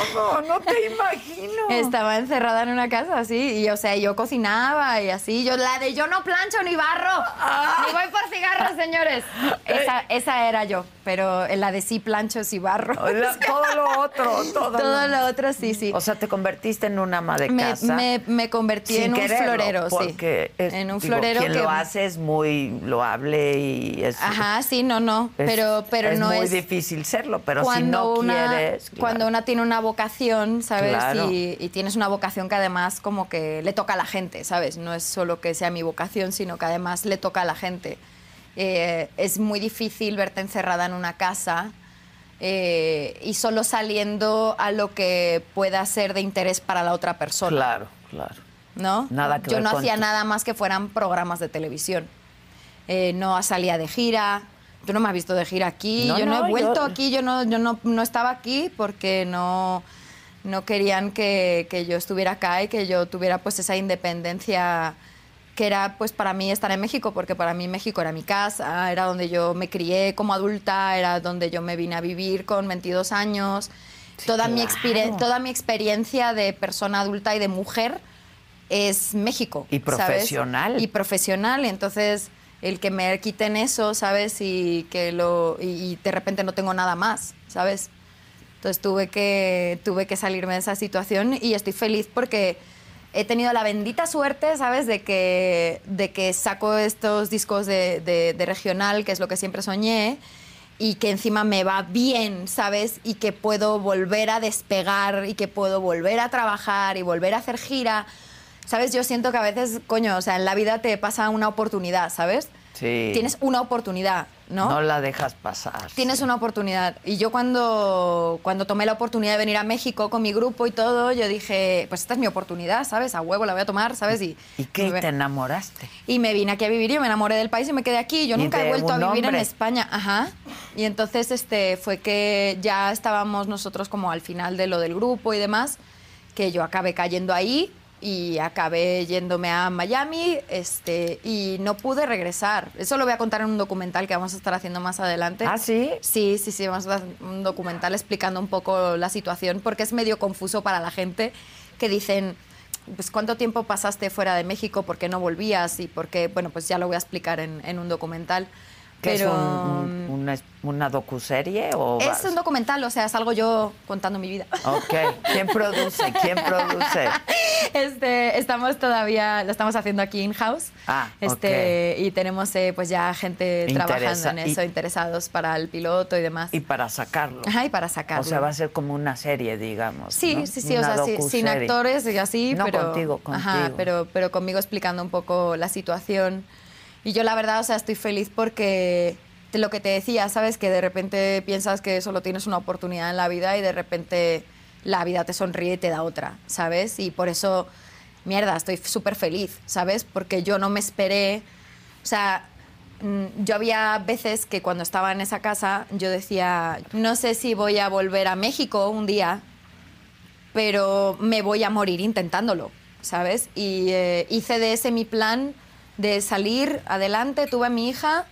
No te imagino. Estaba encerrada en una casa así, y o sea, yo cocinaba y así, yo la de yo no plancho ni barro, ni voy por cigarros, señores. Esa, esa era yo, pero la de sí plancho, sí barro. La- todo lo otro, todo, Todo lo otro, sí, sí. O sea, te convertiste en una ama de me, casa. me- me convertí sin en un quererlo, florero, porque sí. es- en un digo, florero quien que lo hace es muy loable y es Ajá, sí, no, no, es- pero pero es no muy es difícil serlo, pero si cuando no una quieres, claro. cuando una tiene una vocación sabes Claro. y, y tienes una vocación que además como que le toca a la gente sabes no es solo que sea mi vocación sino que además le toca a la gente Eh, es muy difícil verte encerrada en una casa eh, y solo saliendo a lo que pueda ser de interés para la otra persona claro, claro. ¿no? Nada que Yo ver no con hacía tu- nada más que fueran programas de televisión. Eh, no salía de gira. Tú no me has visto de gira aquí. No, yo no, no, he vuelto yo- aquí. Yo no, yo no, no estaba aquí porque no, no querían que, que yo estuviera acá y que yo tuviera pues esa independencia que era pues para mí estar en México, porque para mí México era mi casa, era donde yo me crié como adulta, era donde yo me vine a vivir con 22 años. toda, mi expire- toda mi experiencia de persona adulta y de mujer es México. Y ¿sabes? profesional. Y profesional. Entonces, el que me quiten eso, ¿sabes? Y que lo. Y, y de repente no tengo nada más, ¿sabes? Entonces tuve que, tuve que salirme de esa situación y estoy feliz porque he tenido la bendita suerte, ¿sabes? De que, de que saco estos discos de, de- de regional, que es lo que siempre soñé, y que encima me va bien, ¿sabes? Y que puedo volver a despegar y que puedo volver a trabajar y volver a hacer gira. ¿Sabes? Yo siento que a veces, coño, o sea, en la vida te pasa una oportunidad, ¿sabes? Sí. Tienes una oportunidad, ¿no? No la dejas pasar. Tienes una oportunidad. Y yo cuando, cuando tomé la oportunidad de venir a México con mi grupo y todo, yo dije, pues esta es mi oportunidad, ¿sabes? A huevo la voy a tomar, ¿sabes? Y, ¿Y qué? ¿Te enamoraste? y me vine aquí a vivir y me enamoré del país y me quedé aquí. Yo Y nunca de he vuelto a un vivir en hombre. España. Ajá. Y entonces este, fue que ya estábamos nosotros como al final de lo del grupo y demás, que yo acabé cayendo ahí y acabé yéndome a Miami este, y no pude regresar. Eso lo voy a contar en un documental que vamos a estar haciendo más adelante. ¿Ah, sí? Sí, sí, sí, vamos a hacer un documental explicando un poco la situación porque es medio confuso para la gente que dicen, pues cuánto tiempo pasaste fuera de México, por qué no volvías y por qué, bueno, pues ya lo voy a explicar en, en un documental. ¿Qué Pero mm, es un- un- una, una docuserie o es vas? un documental, o sea, salgo yo contando mi vida. Ok. ¿Quién produce? ¿Quién produce? Este, estamos todavía, lo estamos haciendo aquí in-house. Ah, este, Y tenemos eh, pues ya gente Interesa- trabajando en y- eso, interesados para el piloto y demás. Y para sacarlo. Ajá, y para sacarlo. O sea, va a ser como una serie, digamos. Sí, ¿no? sí, sí, o Una sea, sí, sin docuserie. actores y así, No, pero contigo, contigo. Ajá, pero pero conmigo explicando un poco la situación. Y yo la verdad, o sea, estoy feliz porque de lo que te decía, sabes que de repente piensas que solo tienes una oportunidad en la vida y de repente la vida te sonríe y te da otra, ¿sabes? Y por eso mierda, estoy súper feliz, ¿sabes? Porque yo no me esperé, o sea, Mm, yo había veces que cuando estaba en esa casa yo decía, no sé si voy a volver a México un día, pero me voy a morir intentándolo, ¿sabes? Y eh, hice de ese mi plan de salir adelante, tuve a mi hija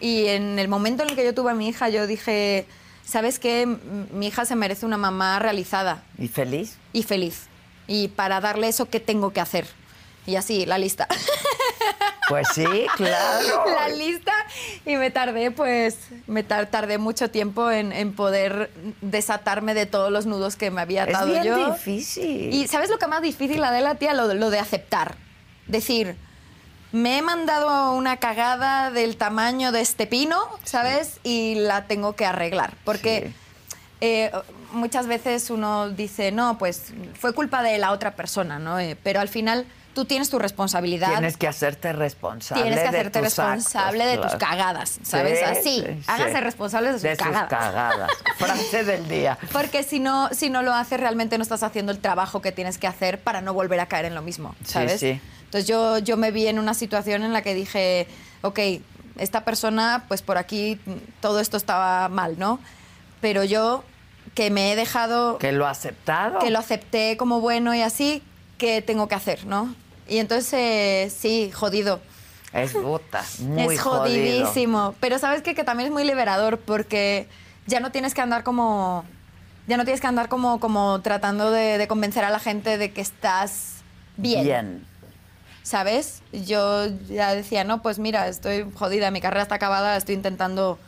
y en el momento en el que yo tuve a mi hija yo dije, ¿sabes qué? M- Mi hija se merece una mamá realizada, ¿Y feliz? y feliz. Y para darle eso, ¿qué tengo que hacer? Y así, la lista. Pues sí, claro. la lista y me tardé, pues, me tar- tardé mucho tiempo en, en poder desatarme de todos los nudos que me había Es atado bien yo. difícil. Y ¿sabes lo que más difícil, Adela, tía? Lo, lo de aceptar. Decir, me he mandado una cagada del tamaño de este pino, ¿sabes? Y la tengo que arreglar. Porque eh, muchas veces uno dice, no, pues fue culpa de la otra persona, ¿no? Eh, pero al final tú tienes tu responsabilidad. Tienes que hacerte responsable. Tienes que de hacerte tus actos, responsable de tus claro. cagadas, ¿sabes? Sí, Así, sí, háganse sí. responsables de sus cagadas. cagadas. Frase del día. Porque si no, si no lo haces, realmente no estás haciendo el trabajo que tienes que hacer para no volver a caer en lo mismo, Sí, ¿sabes? sí. Entonces yo, yo me vi en una situación en la que dije, ok, esta persona, pues por aquí mm, todo esto estaba mal, ¿no? Pero yo, que me he dejado Que lo ha aceptado. que lo acepté como bueno y así, ¿qué tengo que hacer, no? Y entonces, eh, sí, jodido. Es puta. Muy es jodido. jodidísimo. Pero sabes qué? que también es muy liberador porque ya no tienes que andar como. Ya no tienes que andar como, como tratando de, de convencer a la gente de que estás bien, Bien. ¿Sabes? Yo ya decía, no, pues mira, estoy jodida, mi carrera está acabada, estoy intentando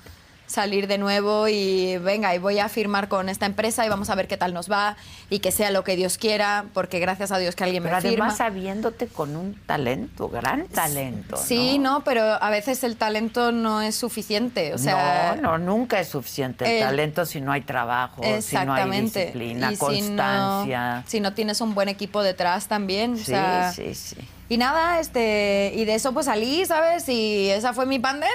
salir de nuevo y venga, y voy a firmar con esta empresa y vamos a ver qué tal nos va y que sea lo que Dios quiera, porque gracias a Dios que alguien Pero me firma. además sabiéndote con un talento, gran talento. Sí, no, pero a veces el talento no es suficiente. O sea, no, no, nunca es suficiente el el- talento si no hay trabajo, si no hay Exactamente. disciplina, Y si no- constancia. Si no, tienes un buen equipo detrás también. o sí, sea, sí, sí. Y nada, este, y de eso pues salí, ¿sabes? Y esa fue mi pandemia.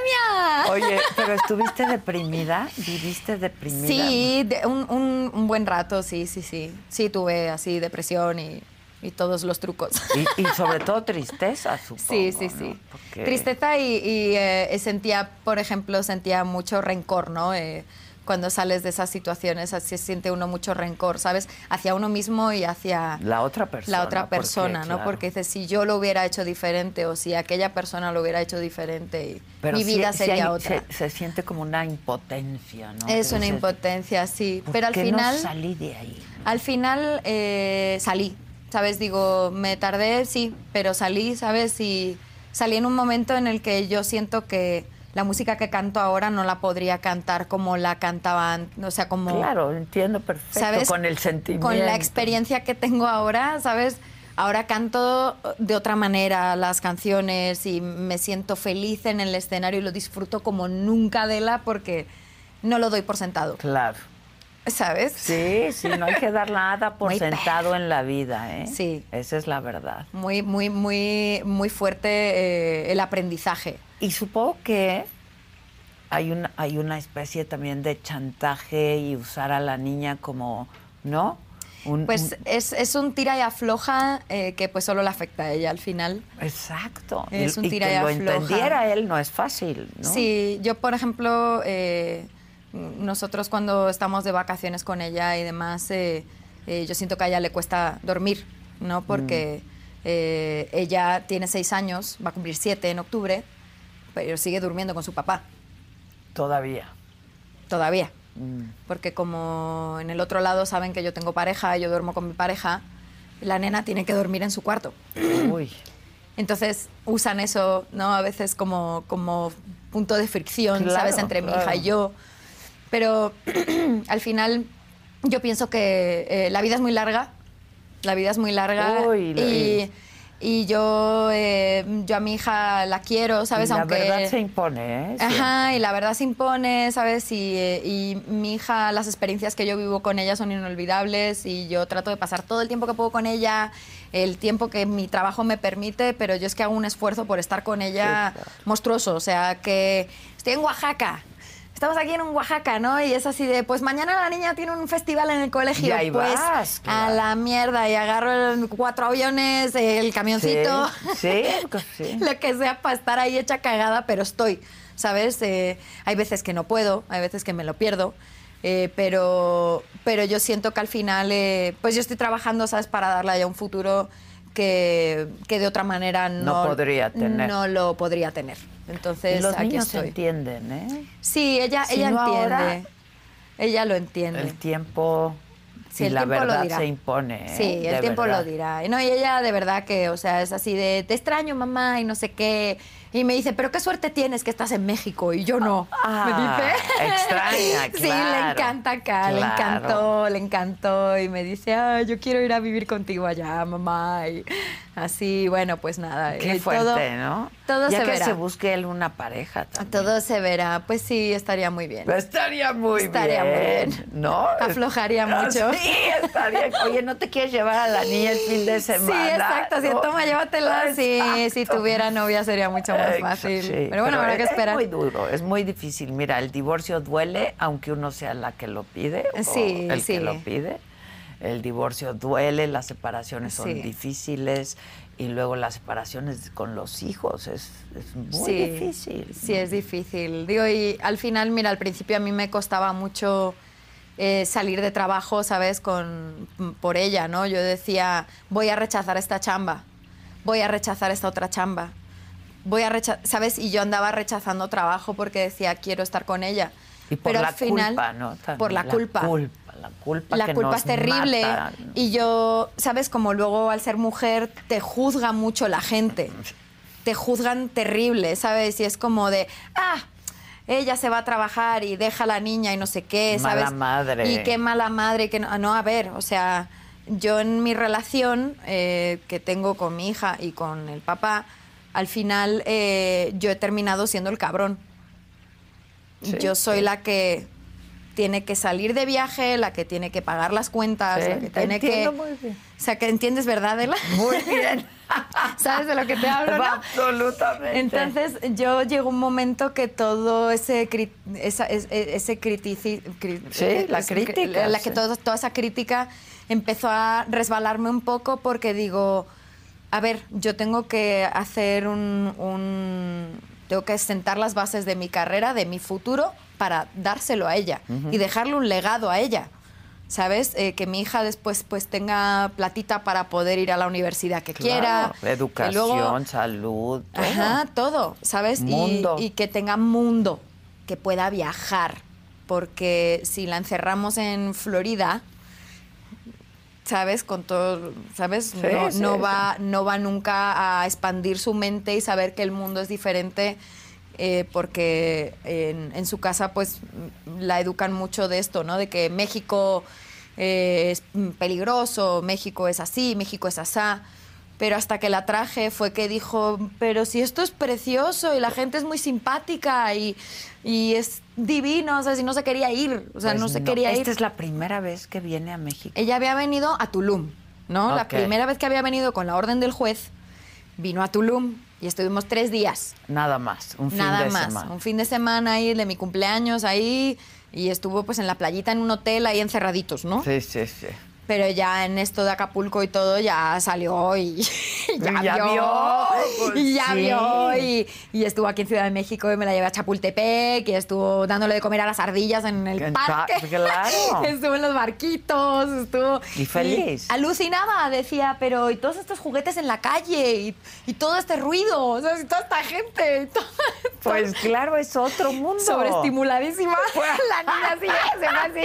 Oye, pero estuviste deprimida, viviste deprimida. sí, de- un, un- un buen rato, sí, sí, sí. Sí, tuve así depresión y, y todos los trucos. Y, y sobre todo tristeza, supongo. Sí, sí, ¿no? sí. Porque- Tristeza y, y, eh, sentía, por ejemplo, sentía mucho rencor, ¿no? Eh, cuando sales de esas situaciones, así siente uno mucho rencor, ¿sabes? Hacia uno mismo y hacia La otra persona. la otra porque, persona, ¿no? claro. Porque dices, si yo lo hubiera hecho diferente o si aquella persona lo hubiera hecho diferente, y Pero mi sí- vida sí sería hay- otra. Se, se siente como una impotencia, ¿no? es Que una dices, impotencia, sí. ¿por Pero al qué final... No salí de ahí. Al final eh, salí, ¿sabes? Digo, me tardé, sí, pero salí, ¿sabes? Y salí en un momento en el que yo siento que la música que canto ahora no la podría cantar como la cantaba antes, o sea, como... Claro, entiendo perfecto. ¿sabes? Con el sentimiento. Con la experiencia que tengo ahora, ¿sabes? Ahora canto de otra manera las canciones y me siento feliz en el escenario y lo disfruto como nunca de la porque no lo doy por sentado, Claro. ¿sabes? Sí, sí, no hay que dar nada por Muy perra. sentado en la vida, ¿eh? Sí. Esa es la verdad. Muy, muy, muy, muy fuerte eh, el aprendizaje. Y supongo que hay una, hay una especie también de chantaje y usar a la niña como, ¿no? Un- Pues es, es un tira y afloja eh, que pues solo le afecta a ella al final. un- exacto. es un y, y tira que y lo afloja. entendiera él no es fácil, ¿no? Sí, yo por ejemplo, eh, nosotros cuando estamos de vacaciones con ella y demás, eh, eh, yo siento que a ella le cuesta dormir, ¿no? Porque eh, ella tiene seis años, va a cumplir siete en octubre, pero sigue durmiendo con su papá Todavía. todavía. Mm. porque como en el otro lado saben que yo tengo pareja, yo duermo con mi pareja, la nena tiene que dormir en su cuarto. Uy. Entonces usan eso, ¿no? A veces como, como punto de fricción, Claro, ¿sabes? Entre mi hija claro. y yo. Pero al final yo pienso que eh, la vida es muy larga, la vida es muy larga Uy, la- y, y yo, eh, yo a mi hija la quiero, ¿sabes? Y la Aunque verdad se impone, ¿eh? Sí. Ajá, y la verdad se impone, ¿sabes? Y, eh, y mi hija, las experiencias que yo vivo con ella son inolvidables y yo trato de pasar todo el tiempo que puedo con ella, el tiempo que mi trabajo me permite, pero yo es que hago un esfuerzo por estar con ella monstruoso, o sea, que estoy en Oaxaca. Estamos aquí en un Oaxaca, ¿no? Y es así de, pues mañana la niña tiene un festival en el colegio. Y ahí pues vas, a claro. la mierda y agarro el- cuatro aviones, el camioncito Sí, pues sí, sí. lo que sea para estar ahí hecha cagada, pero estoy, ¿sabes? Eh, hay veces que no puedo, hay veces que me lo pierdo, eh, pero, pero yo siento que al final, eh, pues yo estoy trabajando, ¿sabes? Para darle a ella un futuro que, que de otra manera No no, podría tener. No lo podría tener. Entonces, Y los aquí niños estoy. entienden, ¿eh? Sí, ella, Si ella no entiende. ahora, ella lo entiende. El tiempo Sí, y el la tiempo lo verdad dirá. se impone. ¿eh? Sí, el De tiempo verdad. lo dirá. Y No, y ella de verdad que, o sea, es así de, te extraño, mamá, y no sé qué. Y me dice, pero qué suerte tienes que estás en México, y yo no. Ah, me dice. extraña, Sí, le claro. encanta acá, le Claro. encantó, le encantó. Y me dice, ay, yo quiero ir a vivir contigo allá, mamá. Y así, bueno, pues nada. Qué y fuerte, todo- ¿no? todo ya se que verá. se busque él una pareja también. Todo se verá. Pues sí, estaría muy bien. Estaría muy Estaría muy bien. bien. ¿No? Aflojaría Ah, mucho. Sí, estaría. Oye, ¿no te quieres llevar a la niña el fin de semana? Sí, exacto. Si ¿No? toma, llévatela. Sí, si Exacto. tuviera novia sería mucho más Exacto, fácil. sí, Pero bueno, habrá que es- esperar. Es muy duro, es muy difícil. Mira, el divorcio duele, aunque uno sea la que lo pide o Sí, el sí. que lo pide. El divorcio duele, las separaciones son Sí. difíciles y luego las separaciones con los hijos es, es muy Sí, difícil. Sí, es difícil. Digo, y al final, mira, al principio a mí me costaba mucho eh, salir de trabajo, ¿sabes? Con, por ella, ¿no? Yo decía, voy a rechazar esta chamba, voy a rechazar esta otra chamba, voy a rechazar, ¿sabes? Y yo andaba rechazando trabajo porque decía, quiero estar con ella. Y por Pero la al final, culpa, ¿no? También por la, culpa La culpa, la culpa la que culpa nos es terrible mata. y yo, sabes, como luego al ser mujer te juzga mucho la gente. Te juzgan terrible, ¿sabes? Y es como de, ah, ella se va a trabajar y deja a la niña y no sé qué, Mala ¿sabes? madre. Y qué mala madre, que no, no, a ver, o sea, yo en mi relación eh, que tengo con mi hija y con el papá, al final eh, yo he terminado siendo el cabrón. Sí, yo soy sí. la que tiene que salir de viaje, la que tiene que pagar las cuentas, Sí, la que te tiene que. entiendo muy bien. O sea, que entiendes, ¿verdad, Adela? Muy bien. ¿Sabes de lo que te hablo, no? Absolutamente. Entonces, yo llegó un momento que todo ese cri- esa, es- e- ese critici- cri- Sí, eh, la es- crítica, la que sí. todo- toda esa crítica empezó a resbalarme un poco porque digo, a ver, yo tengo que hacer un, un- tengo que sentar las bases de mi carrera, de mi futuro para dárselo a ella y dejarle un legado a ella. ¿Sabes? Eh, que mi hija después pues tenga platita para poder ir a la universidad que Claro, quiera. educación, que luego- salud. todo. Ajá, todo, ¿sabes? Y- Mundo. Y, que tenga mundo, que pueda viajar, porque si la encerramos en Florida, ¿sabes? Con todo, ¿sabes? no, sí, no sí. va, no va nunca a expandir su mente y saber que el mundo es diferente. eh, porque en, en su casa pues m- la educan mucho de esto, ¿no? De que México eh, es mm, peligroso, México es así, México es asá. Pero hasta que la traje fue que dijo, pero si esto es precioso y la gente es muy simpática y, y es divino, o sea, si no se quería ir, o sea, Pues no se quería ir. Esta es la primera vez que viene a México. Ella había venido a Tulum, ¿no? La Ok. primera vez que había venido con la orden del juez, vino a Tulum y estuvimos tres días, Nada más, un fin nada de más. semana. Un fin de semana ahí, de mi cumpleaños ahí, y estuvo pues en la playita, en un hotel, ahí encerraditos, ¿no? Sí, sí, sí. Pero ya en esto de Acapulco y todo, ya salió y ya, Ya vio. vio, pues y ya sí. vio. Y, y estuvo aquí en Ciudad de México y me la llevé a Chapultepec. Y estuvo dándole de comer a las ardillas en el Que en ta- parque. claro. estuvo en los barquitos. Estuvo. Ah, Y feliz. alucinaba, decía, pero y todos estos juguetes en la calle y, y todo este ruido. o sea, y toda esta gente. y todo- Pues claro, es otro mundo. Sobreestimuladísima. La niña así, se fue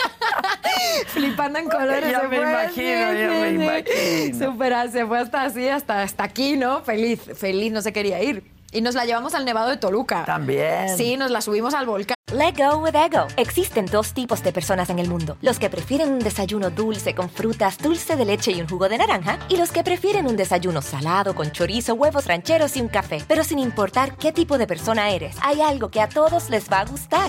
así. Flipando en colores. Ya se me fue imagino, así, ya sí, me sí. imagino. Súper, ah, se fue hasta así, hasta, hasta aquí, ¿no? Feliz, feliz, no se quería ir. Y nos la llevamos al Nevado de Toluca. También. Sí, nos la subimos al volcán. Let go with ego. Existen dos tipos de personas en el mundo: los que prefieren un desayuno dulce con frutas, dulce de leche y un jugo de naranja, y los que prefieren un desayuno salado con chorizo, huevos rancheros y un café. Pero sin importar qué tipo de persona eres, hay algo que a todos les va a gustar.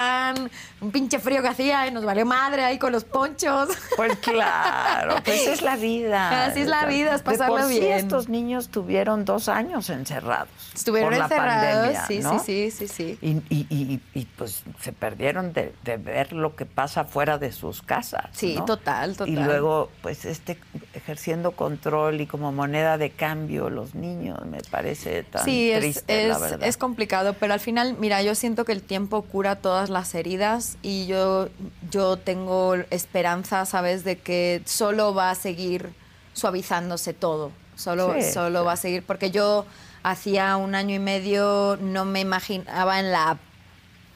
Ah, Michoacán, un pinche frío que hacía y nos valió madre ahí con los ponchos. Pues claro, pues es la vida. Así es la vida, De es por pasarlo sí, bien. estos niños tuvieron dos años encerrados. Estuvieron por la encerrados, pandemia, sí, ¿no? sí, sí, sí, sí. Y, y- y- y, pues se perdieron de, de ver lo que pasa fuera de sus casas. Sí, ¿no? total, total. Y luego, pues, este ejerciendo control y como moneda de cambio los niños, me parece tan sí, es, triste, la es- verdad. es complicado, pero al final, mira, yo siento que el tiempo cura todas las heridas y yo, yo tengo esperanza, ¿sabes?, de que solo va a seguir suavizándose todo. Solo, Sí, solo va a seguir, porque yo hacía un año y medio no me imaginaba en la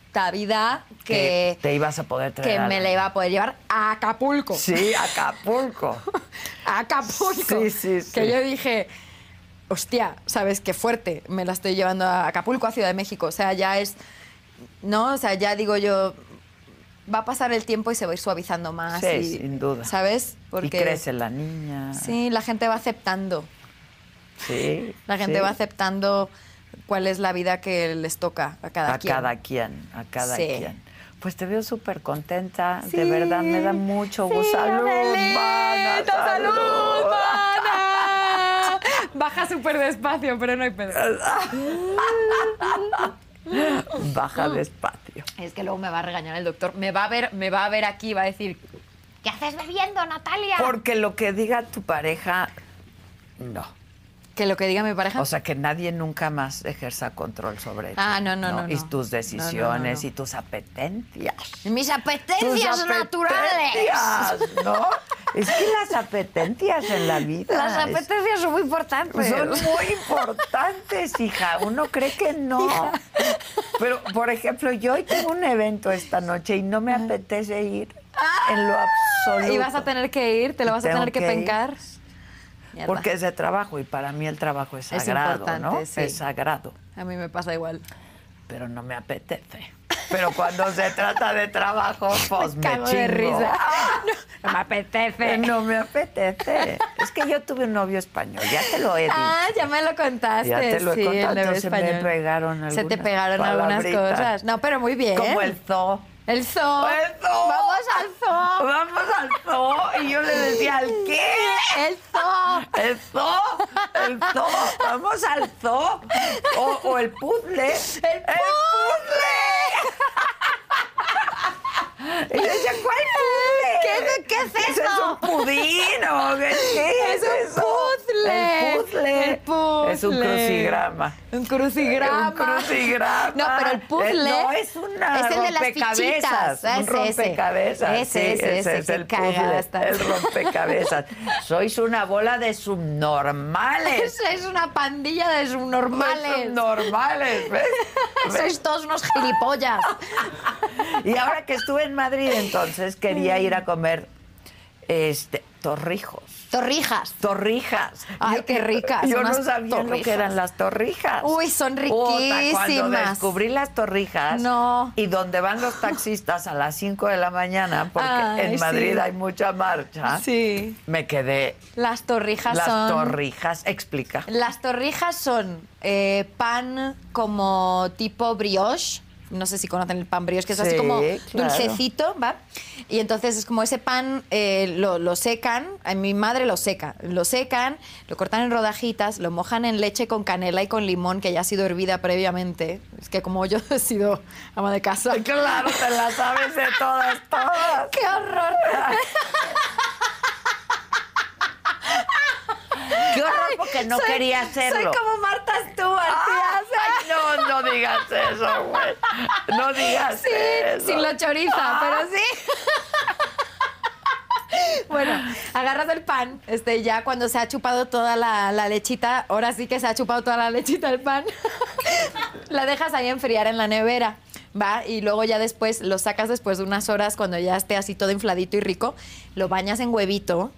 puta vida que, te ibas a poder traer. que a me la iba a poder llevar a Acapulco. Sí, Acapulco. a Acapulco. Sí, sí, sí. Que yo dije, hostia, ¿sabes qué fuerte? Me la estoy llevando a Acapulco, a Ciudad de México. O sea, ya es, ¿no? O sea, ya digo yo, va a pasar el tiempo y se va a ir suavizando más. Sí, y- sin duda. ¿Sabes? Y crece la niña. Sí, la gente va aceptando. Sí, La gente sí. va aceptando cuál es la vida que les toca a cada a quien. cada quien, a cada Sí. quien. Pues te veo súper contenta, de Sí. verdad me da mucho gusto. Sí, ¡Salud, Adelita, mana, salud, salud! mana. Baja súper despacio, pero no hay pedo. Baja despacio. Es que luego me va a regañar el doctor. Me va a ver, me va a ver aquí y va a decir, ¿qué haces bebiendo, Natalia? Porque lo que diga tu pareja, no. Que lo que diga mi pareja. O sea, que nadie nunca más ejerza control sobre ti. Ah, no, no, no, Y no. tus No, no, no, decisiones no. y tus apetencias. mis tus apetencias naturales. apetencias, ¿no? Es que las apetencias en la vida. Las es- pues, apetencias son muy importantes. Son muy importantes, hija. Uno cree que no. Pero, por ejemplo, yo hoy tengo un evento esta noche y no me apetece ir en lo absoluto. Y vas a tener que ir, te lo vas a Tengo tener que, que ir. pencar. Mierda. Porque es de trabajo y para mí el trabajo es Es sagrado, ¿no? importante, sí. Es sagrado, A mí me pasa igual. pero no me apetece. Pero cuando se trata de trabajo, pues me, Cago de chingo. risa. No, no me Eh, apetece. No me apetece. Es que yo tuve un novio español, ya te lo he dicho. Ah, ya me lo contaste. Ya te lo he sí, contado, el nuevo entonces me español. pegaron Se te algunas pegaron palabritas. algunas cosas. No, pero muy bien. Como el zoo. El zoo. ¡El zoo! Vamos al zoo. Vamos al zoo. Y yo le decía, ¿al qué? El zoo. ¿El zoo? ¿El zoo? ¿Vamos al zoo? ¿O, o el puzzle? ¡El puzzle! Y yo decía, ¿cuál puzzle? ¿Qué- qué es ¿Ese es eso? un pudín o qué qué Es un eso? puzzle. El puzzle. El puzzle. Es un crucigrama. Un crucigrama. Un crucigrama. No, pero el puzzle. Eh, no, es una Es el de las rompecabezas, fichitas. Ah, Un es ese. rompecabezas. Ese, sí, ese, ese, es qué el puzzle. cagasta. El rompecabezas. Sois una bola de subnormales. Eso es una pandilla de De subnormales. Subnormales, ¿ves? Sois todos unos gilipollas. Y ahora que estuve en Madrid, entonces quería Mm. ir a comer este torrijos. Torrijas. Torrijas. Ay, qué ricas, Yo no unas sabía lo torrijas. que eran las torrijas. Uy, son Puta, Cuando riquísimas. descubrí las torrijas No. y donde van los taxistas a las 5 de la mañana, porque Ay, en Madrid sí. hay mucha marcha, Sí. me quedé. Las torrijas Ah. Las son. torrijas, explica. Las torrijas son eh, pan como tipo brioche. No sé si conocen el pan brioche, que es Sí, así como claro. dulcecito, ¿va? Y entonces es como ese pan eh, lo, lo secan, a mi madre lo seca, lo secan, lo cortan en rodajitas, lo mojan en leche con canela y con limón que ya ha sido hervida previamente. Es que como yo he sido ama de casa. Claro, te las sabes de todas, todas. ¡Qué horror! Qué horror porque no Soy- quería hacerlo. Ah, Soy como Marta Stewart, tía, Ay, o sea, no, no digas eso, güey. No digas Sí, eso. sin la choriza, pero sí. Bueno, agarras el pan, este, ya cuando se ha chupado toda la, la lechita, ahora sí que se ha chupado toda la lechita del pan, la dejas ahí enfriar en la nevera, ¿va? Y luego ya después lo sacas después de unas horas, cuando ya esté así todo infladito y rico, lo bañas en huevito,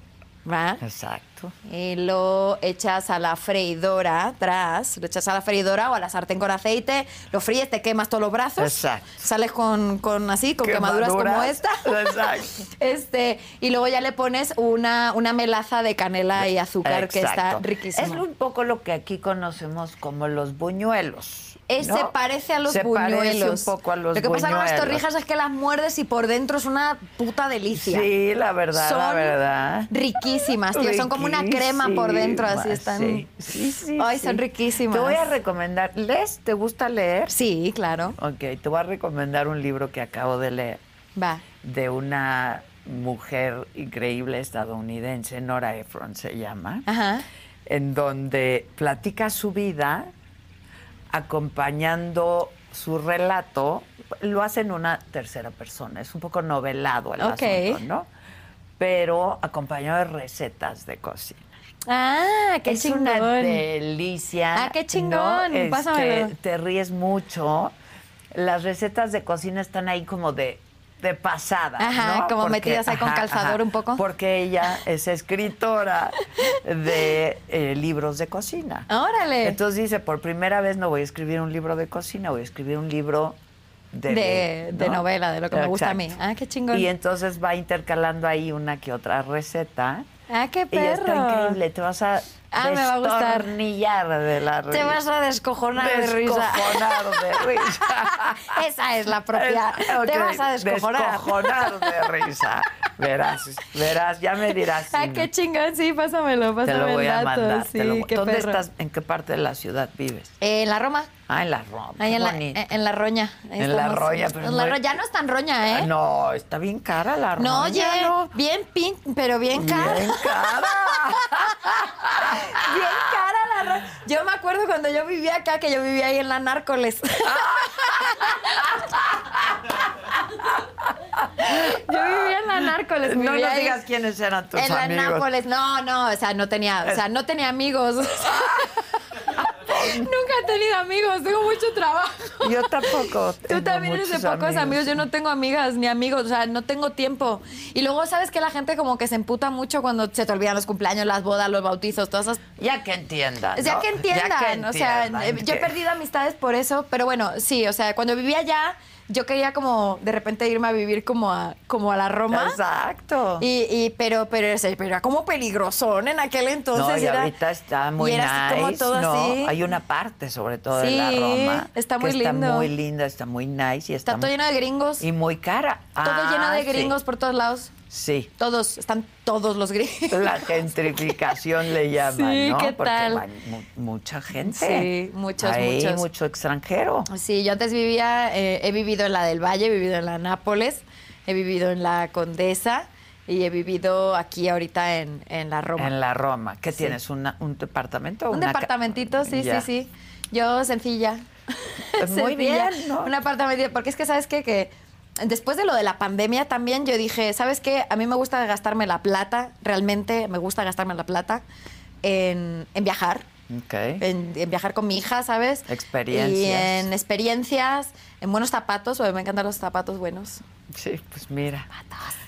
¿va? Exacto. Exacto. Y lo echas a la freidora atrás, lo echas a la freidora o a la sartén con aceite, lo fríes, te quemas todos los brazos. Exacto. Sales con, con así, con quemaduras, como Quemaduras. esta. Exacto. Este, y luego ya le pones una, una melaza de canela y azúcar que está Exacto. riquísima. Es un poco lo que aquí conocemos como los buñuelos. Eh, ¿no? Se parece a los Se buñuelos. parece un poco a los Lo que pasa con las buñuelos. torrijas es que las muerdes y por dentro es una puta delicia. Sí, la verdad, Son la verdad. Riquísimas, tío. Son como una crema por dentro, así Riquísimas, están. Sí, sí, sí, Ay, sí. son riquísimas. Te voy a recomendar. ¿Les? ¿Te gusta leer? Sí, claro. Ok, te voy a recomendar un libro que acabo de leer Va. de una mujer increíble estadounidense, Nora Ephron se llama, Ajá. en donde platica su vida acompañando su relato, lo hace en una tercera persona, es un poco novelado el Ok. asunto, ¿no? Pero acompañado de recetas de cocina. Ah, qué es chingón. una delicia. Ah, qué ¿no? chingón, pásamelo. Te ríes mucho. Las recetas de cocina están ahí como de, de pasada. Ajá, ¿no? como metidas ahí con calzador un poco. Porque ella es escritora de eh, libros de cocina. Órale. Entonces dice, por primera vez no voy a escribir un libro de cocina, voy a escribir un libro de, De- de novela, de lo que me gusta a mí. Ah, qué chingón. Y entonces va intercalando ahí una que otra receta. ah, qué Y está perro. increíble, te vas a Ah, me va a gustar. destornillar de la risa. Te vas a descojonar de risa. Descojonar de risa. Esa es la propia. Ok, Te vas a descojonar. Descojonar de risa. Verás, verás, ya me dirás. si Ah, no. qué chingón, sí, pásamelo, Te pásamelo. lo voy a el dato, mandar. sí, te lo- qué ¿Dónde perro. estás? ¿En qué parte de la ciudad vives? Eh, en la Roma. Ah, en la Roma. Ahí en la, Bonito. eh, en la Roña. Ahí En la estamos. Roña, pero En la no- Roña. Ya no es tan Roña, Ah, ¿eh? No, está bien cara la Roma. No, oye, ya no. bien pin, pero bien cara. Bien cara. Bien cara la Roña. Yo me acuerdo cuando yo vivía acá, que yo vivía ahí en la Nárcoles. Ah. yo vivía en la Nárcoles. No vivía nos ahí. digas quiénes eran tus En la amigos. Nápoles, no, no, o sea, no tenía, o sea, no tenía amigos. Nunca he tenido amigos, tengo mucho trabajo. Yo tampoco. Tú tengo también eres de muchos pocos amigos. yo no tengo amigas ni amigos, o sea, no tengo tiempo. Y luego sabes que la gente como que se emputa mucho cuando se te olvidan los cumpleaños, las bodas, los bautizos, todas esas Ya que entiendan. o sea, ¿no? que entiendan, Ya que o sea, entiendan eh, yo he que- perdido amistades por eso, pero bueno, sí, o sea, cuando vivía allá, yo quería como de repente irme a vivir como a, como a la Roma. Exacto. Y, y- pero, pero, ese- pero era como peligroso en aquel entonces. no, y era- ahorita está muy y era así como nice, todo ¿no? así. Hay una parte, sobre todo, de Sí, la Roma. está que muy lindo. Está muy linda, está muy nice y está, Está todo muy- lleno de gringos. y muy cara. todo Ah, lleno de sí, gringos por todos lados. Sí. Todos, están todos los gringos. La gentrificación le llaman, Sí, ¿no? ¿qué Porque tal? va mu- mucha gente. Sí, muchos, Ahí, muchos. mucho extranjero. Sí, yo antes vivía, eh, he vivido en la del Valle, he vivido en la Nápoles, he vivido en la Condesa y he vivido aquí ahorita en, en la Roma. En la Roma. ¿Qué tienes? Una, ¿Un departamento? o Un una ca- departamentito, sí, Ya. Pues sí, sí. Yo sencilla. Muy Sencilla. bien, ¿no? Un apartamentito, porque es que sabes qué? que después de lo de la pandemia también yo dije, ¿sabes qué? A mí me gusta gastarme la plata, realmente me gusta gastarme la plata en, en viajar. Ok. En, en viajar con mi hija, ¿sabes? Experiencias. Y en experiencias, en buenos zapatos, porque me encantan los zapatos buenos. Sí, pues mira.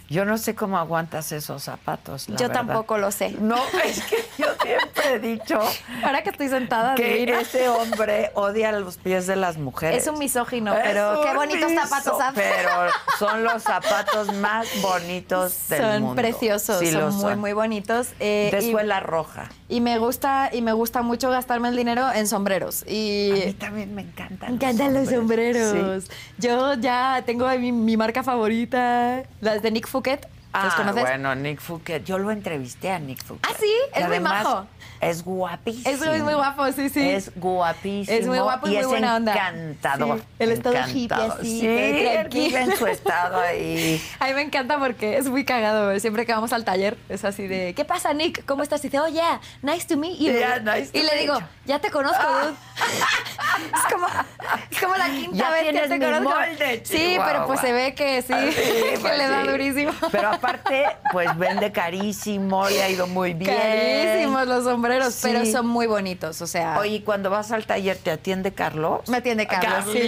Yo no sé cómo aguantas esos zapatos. la Yo verdad. tampoco lo sé. No, es que yo siempre he dicho Ahora que estoy sentada, que divina. ese hombre odia los pies de las mujeres. Es un misógino, Es pero qué un bonitos miso- zapatos hace. Pero son los zapatos más bonitos del son mundo. preciosos, Sí, lo son muy, muy bonitos. eh, De y- suela roja. Y me gusta, y me gusta mucho gastarme el dinero en sombreros. Y A mí también me encantan. me encantan los sombreros. Yo ya tengo ahí mi, mi marca favorita, las de Nick Fouquet. ¿Las Ah, conoces? bueno, Nick Fouquet. Yo lo entrevisté a Nick Fouquet. Ah, sí, Y es muy además, majo. Es guapísimo. Es, es muy guapo, sí, sí. Es guapísimo. Es muy guapo y muy es buena onda. encantador. Sí, él es todo hippie encantador. así, Sí, todo él tranquilo. vive en su estado ahí. A mí me encanta porque es muy cagado. ¿eh? Siempre que vamos al taller es así de, ¿qué pasa, Nick? ¿Cómo estás? Y dice, oh, yeah, nice to meet you. Yeah, nice to y le meet digo, you. ya te conozco, dude. es, como, es como la quinta Ya vez que tienes te mi conozco. molde, sí, pero Chihuahua. pues se ve que sí, Ah, sí, que pues le da sí. durísimo. Pero aparte, pues vende carísimo, le ha ido muy bien. Carísimos los sombreros, Sí. pero son muy bonitos, o sea. Oye, ¿y cuando vas al taller, ¿te atiende Carlos? Me atiende Carlos. Sí,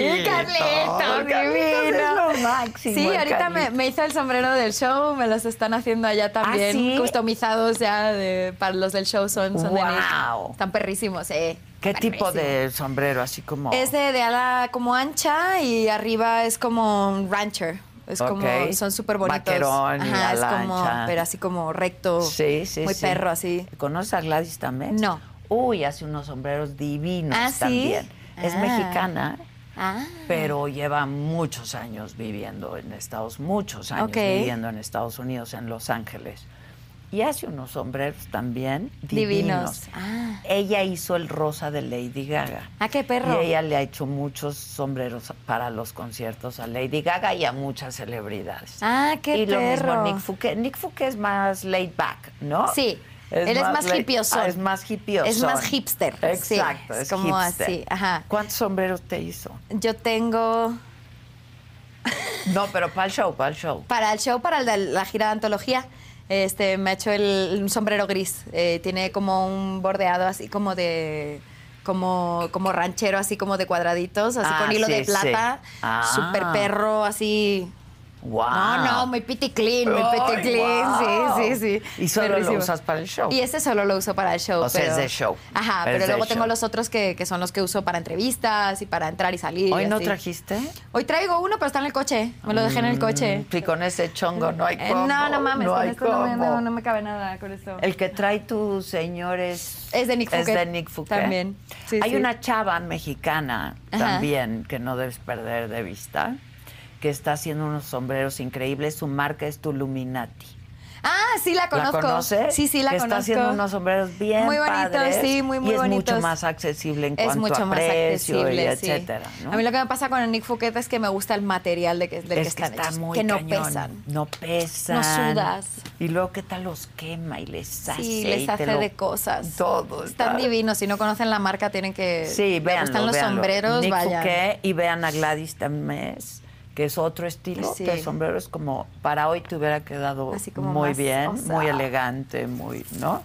Carlitos, Carlitos es divino. lo máximo, Sí, el ahorita me, Carlitos. me hizo el sombrero del show, me los están haciendo allá también. Ah, ¿sí? Customizados ya de- para los del show son, son de Nick. ¡Guau! Están perrísimos, sí. ¿Qué tipo Perrísimos. de sombrero? Así como. Es de, de ala como ancha y arriba es como un rancher. Es Ok. como, son súper bonitos. Vaquerón y Ajá, es ala como, ancha. pero así como recto. Sí, sí, Muy sí. perro, así. ¿Conoces a Gladys también? No. Uy, hace unos sombreros divinos ¿Ah, sí? también. Es Ah. mexicana, Ah. pero lleva muchos años viviendo en Estados muchos años Ok. viviendo en Estados Unidos, en Los Ángeles. Y hace unos sombreros también divinos. Divinos. Ah. Ella hizo el rosa de Lady Gaga. Ah, qué perro. Y ella le ha hecho muchos sombreros para los conciertos a Lady Gaga y a muchas celebridades. Ah, qué y lo mismo perro. Nick Fouquet. Nick Fouquet es más laid back, ¿no? Sí, él es más laid- hipiosón. Ah, es más hipiosón. Es más hipster, sí, Exacto, es es como hipster. así, ajá. ¿Cuántos sombreros te hizo? Yo tengo No, pero para el show, para el show. para el show, para el de la gira de antología, este, me ha hecho el, un sombrero gris. Eh, tiene como un bordeado así como de. Como, como ranchero, así como de cuadraditos, así Ah, con hilo sí, de plata. sí. Ah. Súper perro, así. Wow. No, no, muy piticlin, muy Ay, piticlin. guau. Sí, sí, sí. Y solo lo Perrísimo. usas para el show. Y ese solo lo uso para el show. O sea, pero- es de show. Ajá, Es pero de luego tengo show. los otros que, que son los que uso para entrevistas y para entrar y salir. ¿Hoy y no así. trajiste? Hoy traigo uno, pero está en el coche. Me lo dejé en el coche. Y con ese chongo Mm, no hay Eh, cómo. no, no mames, no con hay esto no me, cómo. no, no me cabe nada con esto. El que trae tus señores Es de Nick Fouquet. Es de Nick Fouquet. También, sí, Hay sí. una chava mexicana Ajá. también que no debes perder de vista, que está haciendo unos sombreros increíbles. Su marca es Tuluminati. Ah, sí la ¿La conozco. conoces? Sí, sí la que Está conozco. haciendo unos sombreros bien Muy bonitos, padres sí, muy, muy y es mucho bonitos. más accesible en es cuanto mucho a más precio accesible, y sí. etcétera. ¿no? A mí lo que me pasa con el Nick Fouquet es que me gusta el material de que, del que es que están está hechos, muy que no cañón. pesan. No pesan. No sudas. Y luego, ¿qué tal los quema y les hace? Sí, y les te hace lo- de cosas. Todo Están está- divinos. Si no conocen la marca, tienen que. Sí, les vean. gustan los sombreros, Nick vayan. Fouquet y vean a Gladys Tamés, que es otro estilo Sí. de sombreros como para hoy te hubiera quedado Así como muy más, bien, o sea. muy elegante, muy, ¿no?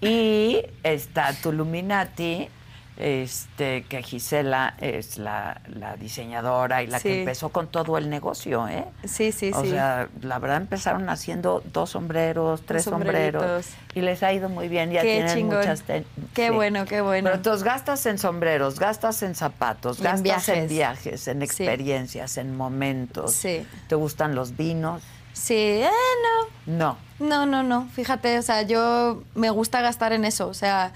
Y está Tuluminati, este, que Gisela es la, la diseñadora y la Sí. que empezó con todo el negocio, ¿eh? Sí, sí, o sí. sea, la verdad empezaron haciendo dos sombreros, tres sombreritos. sombreros y les ha ido muy bien. Ya Qué tienen chingón. muchas. ten- Qué bueno, qué bueno. Pero entonces gastas en sombreros, gastas en zapatos, Y en gastas en viajes, en, viajes. experiencias, en momentos. Sí. ¿Te gustan los vinos? Sí, eh, no. No. No, no, no. Fíjate, o sea, yo me gusta gastar en eso. O sea,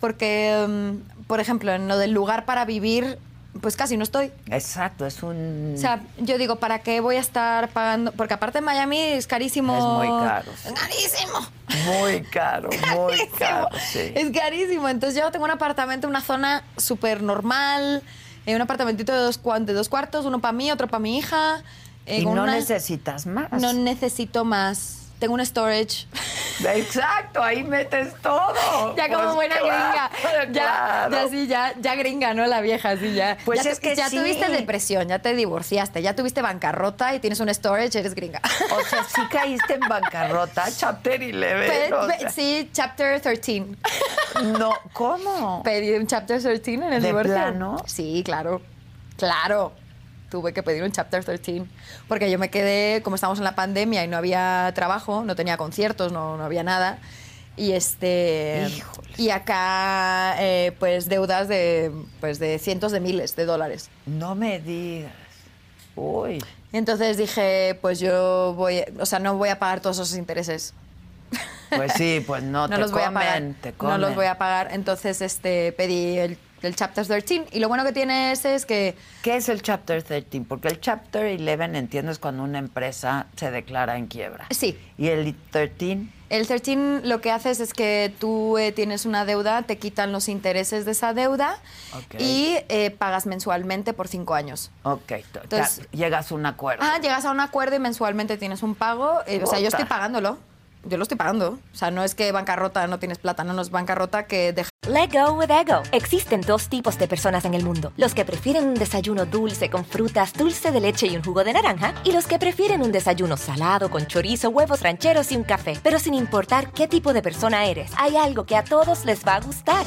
porque, mm, por ejemplo, en lo del lugar para vivir, pues casi no estoy. Exacto, es un. O sea, yo digo, ¿para qué voy a estar pagando? Porque aparte en Miami es carísimo. Es muy caro, sí. Es carísimo. muy caro, muy caro. sí. Es carísimo. Entonces yo tengo un apartamento, una zona súper normal, eh, un apartamentito de dos, cua- de dos cuartos, uno para mí, otro para mi hija. eh, y con no una- necesitas más. No necesito más. Tengo un storage. Exacto, ahí metes todo. Ya como Pues buena claro, gringa. Ya, claro. ya sí, ya, ya gringa, ¿no? La vieja, sí, ya. Pues ya es tu- que Ya sí. tuviste depresión, ya te divorciaste, ya tuviste bancarrota y tienes un storage, eres gringa. O sea, sí caíste en bancarrota, chapter y leve. Pe- pe- Pues, sí, chapter 13. No, ¿cómo? Pedí un chapter 13 en el ¿De divorcio. plano? Sí, claro. Claro. Tuve que pedir un chapter 13. Porque yo me quedé, como estábamos en la pandemia y no había trabajo, no tenía conciertos, no, no había nada. Y este. Híjole. Y acá, eh, pues deudas de, pues, de cientos de miles de dólares. No me digas. Uy. Y entonces dije, pues yo voy, o sea, no voy a pagar todos esos intereses. Pues sí, pues no, no te los voy comen, a pagar. te No comen. los voy a pagar. Entonces este, pedí el, el Chapter 13. Y lo bueno que tiene ese es que ¿Qué es el Chapter 13? Porque el Chapter 11 entiendo es cuando una empresa se declara en quiebra. Sí. Y el 13, el 13 lo que haces es que tú eh, tienes una deuda, te quitan los intereses de esa deuda Ok. y eh, pagas mensualmente por cinco años. Ah, ok, t- Entonces- ya llegas a un acuerdo. Ah, llegas a un acuerdo y mensualmente tienes un pago. eh, o sea, yo Puta. estoy pagándolo. yo lo estoy pagando. O sea, no es que bancarrota no tienes plata, no, no es bancarrota que deja. Let go with ego. Existen dos tipos de personas en el mundo: los que prefieren un desayuno dulce con frutas, dulce de leche y un jugo de naranja, y los que prefieren un desayuno salado con chorizo, huevos rancheros y un café. Pero sin importar qué tipo de persona eres, hay algo que a todos les va a gustar.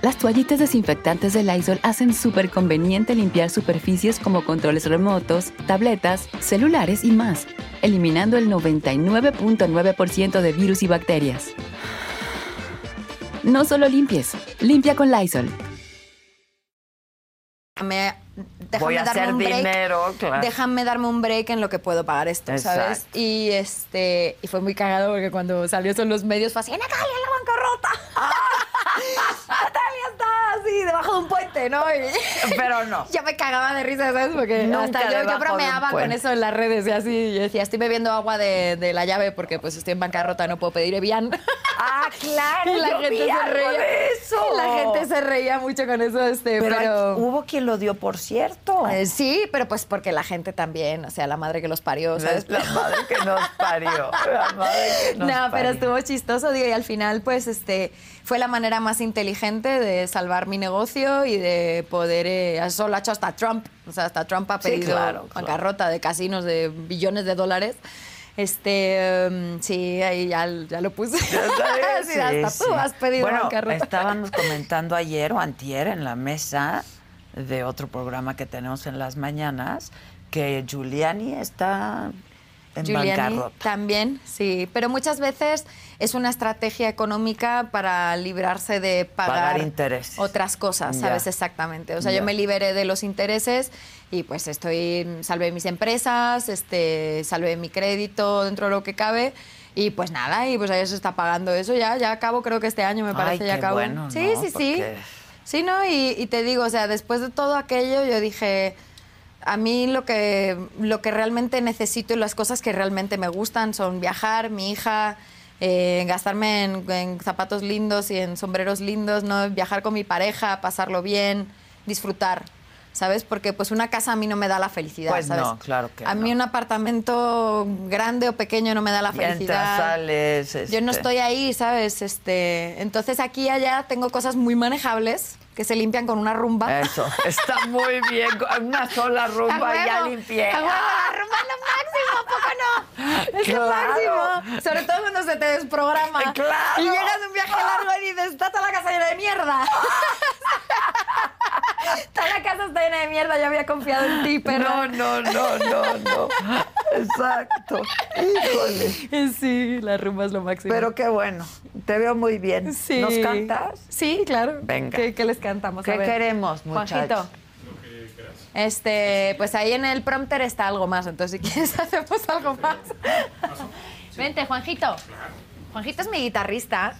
Las toallitas desinfectantes de Lysol hacen súper conveniente limpiar superficies como controles remotos, tabletas, celulares y más, eliminando el 99.9% de virus y bacterias. No solo limpies, limpia con Lysol. Me, déjame Voy a darme hacer un break. dinero, claro. Déjame darme un break en lo que puedo pagar esto, ¿sabes? Exacto. Y este y fue muy cagado porque cuando salió eso en los medios fue así, Natalia en la bancarrota. Ah. Natalia estaba así debajo de un puente, ¿no? Y Pero no. yo me cagaba de risa, ¿sabes? Porque Nunca hasta yo, debajo de yo un bromeaba con puente. eso en las redes y así. Y decía, estoy bebiendo agua de, de la llave porque pues estoy en bancarrota, no puedo pedir Evian. Ah, claro. Y la yo gente vi se algo reía. de eso. Y la gente se reía mucho con eso, este, Pero, pero... hubo quien lo dio por cierto. Eh, sí, pero pues porque la gente también, o sea, la madre que los parió, ¿sabes? la madre que nos parió. La madre que No, nos pero parió. estuvo chistoso, digo, y al final, pues, este, fue la manera más inteligente de salvar mi negocio y de poder, eh, eso lo ha hecho hasta Trump, o sea, hasta Trump ha Sí, pedido claro, claro. bancarrota de casinos de billones de dólares. Este, em, sí, ahí ya, ya lo puse. Ya sabes, Sí, hasta sí, tú sí. has pedido bueno, bancarrota. Estábamos comentando ayer o antier en la mesa de otro programa que tenemos en las mañanas que Giuliani está en Giuliani bancarrota. También, sí. Pero muchas veces es una estrategia económica para librarse de pagar, Pagar intereses. otras cosas, Ya. ¿sabes? Exactamente. O sea, Ya. yo me liberé de los intereses y pues estoy, salvé mis empresas, este, salvé mi crédito dentro de lo que cabe. Y pues nada, y pues ahí se está pagando eso. Ya, ya acabo, creo que este año me Ay, parece, ya qué acabo. bueno, sí, ¿no? sí, sí. Porque- Sí, ¿no? Y, y te digo, o sea, después de todo aquello, yo dije, a mí lo que, lo que realmente necesito y las cosas que realmente me gustan son viajar, mi hija, eh, gastarme en, en zapatos lindos y en sombreros lindos, ¿no? Viajar con mi pareja, pasarlo bien, disfrutar. ¿Sabes? Porque pues una casa a mí no me da la felicidad, Pues ¿sabes? no, claro que A mí no. un apartamento grande o pequeño no me da Y la entras, felicidad. sales, Yo no este, estoy ahí, ¿sabes? Este, entonces aquí y allá tengo cosas muy manejables que se limpian con una rumba. Eso, está muy bien. con Una sola Eh, rumba ¡A ya huevo! limpié. ¡A huevo! La rumba es lo máximo, ¿a poco no? Es Claro. Eh, lo máximo. Sobre todo cuando se te desprograma. Claro. Y llegas de un viaje largo y dices, está toda la casa llena de mierda. Toda la casa está llena de mierda, yo había confiado en ti, pero... No, no, no, no, no. Exacto. Híjole. Sí, la rumba es lo máximo. Pero qué bueno. Te veo muy bien. Sí. ¿Nos cantas? Sí, claro. Venga. ¿Qué, qué les cantamos? A ¿Qué ver. queremos, muchachos? Juanjito. Este, pues ahí en el prompter está algo más, entonces si quieres hacemos algo más. Vente, Juanjito. Juanjito es mi guitarrista.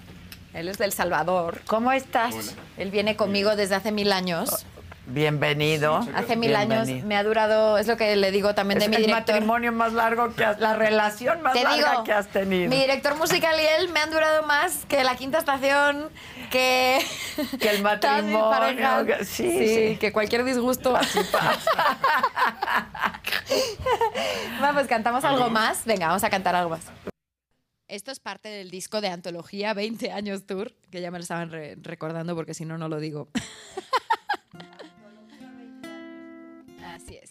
Él es del Salvador. ¿Cómo estás? Él viene conmigo desde hace mil años. Bienvenido. Hace mil años Bienvenido. me ha durado, es lo que le digo también Es de mi el director. matrimonio más largo que has, la relación más Te larga digo, que has tenido. mi director musical y él me han durado más que la quinta estación, que, Que el todas mis matrimonio, parejas. que- sí, sí. que cualquier disgusto. Vamos, pues cantamos algo más. Venga, vamos a cantar algo más. Esto es parte del disco de antología 20 años tour, que ya me lo estaban re- recordando porque si no, no lo digo. Así es.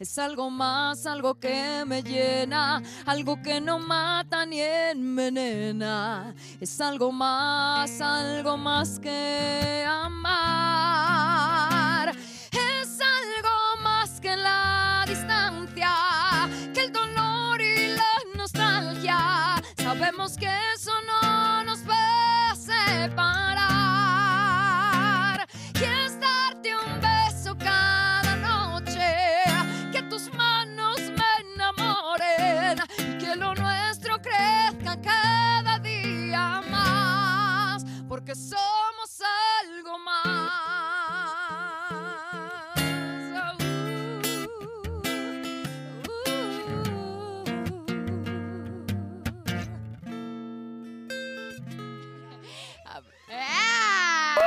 Es algo más, algo que me llena, algo que no mata ni envenena. Es algo más, algo más que amar. Es algo más que la distancia, que el dolor y la nostalgia. Sabemos que eso no nos va a separar. Y es darte un beso cada noche, que tus manos me enamoren y que lo nuestro crezca cada día más, porque somos algo más. Uh, uh.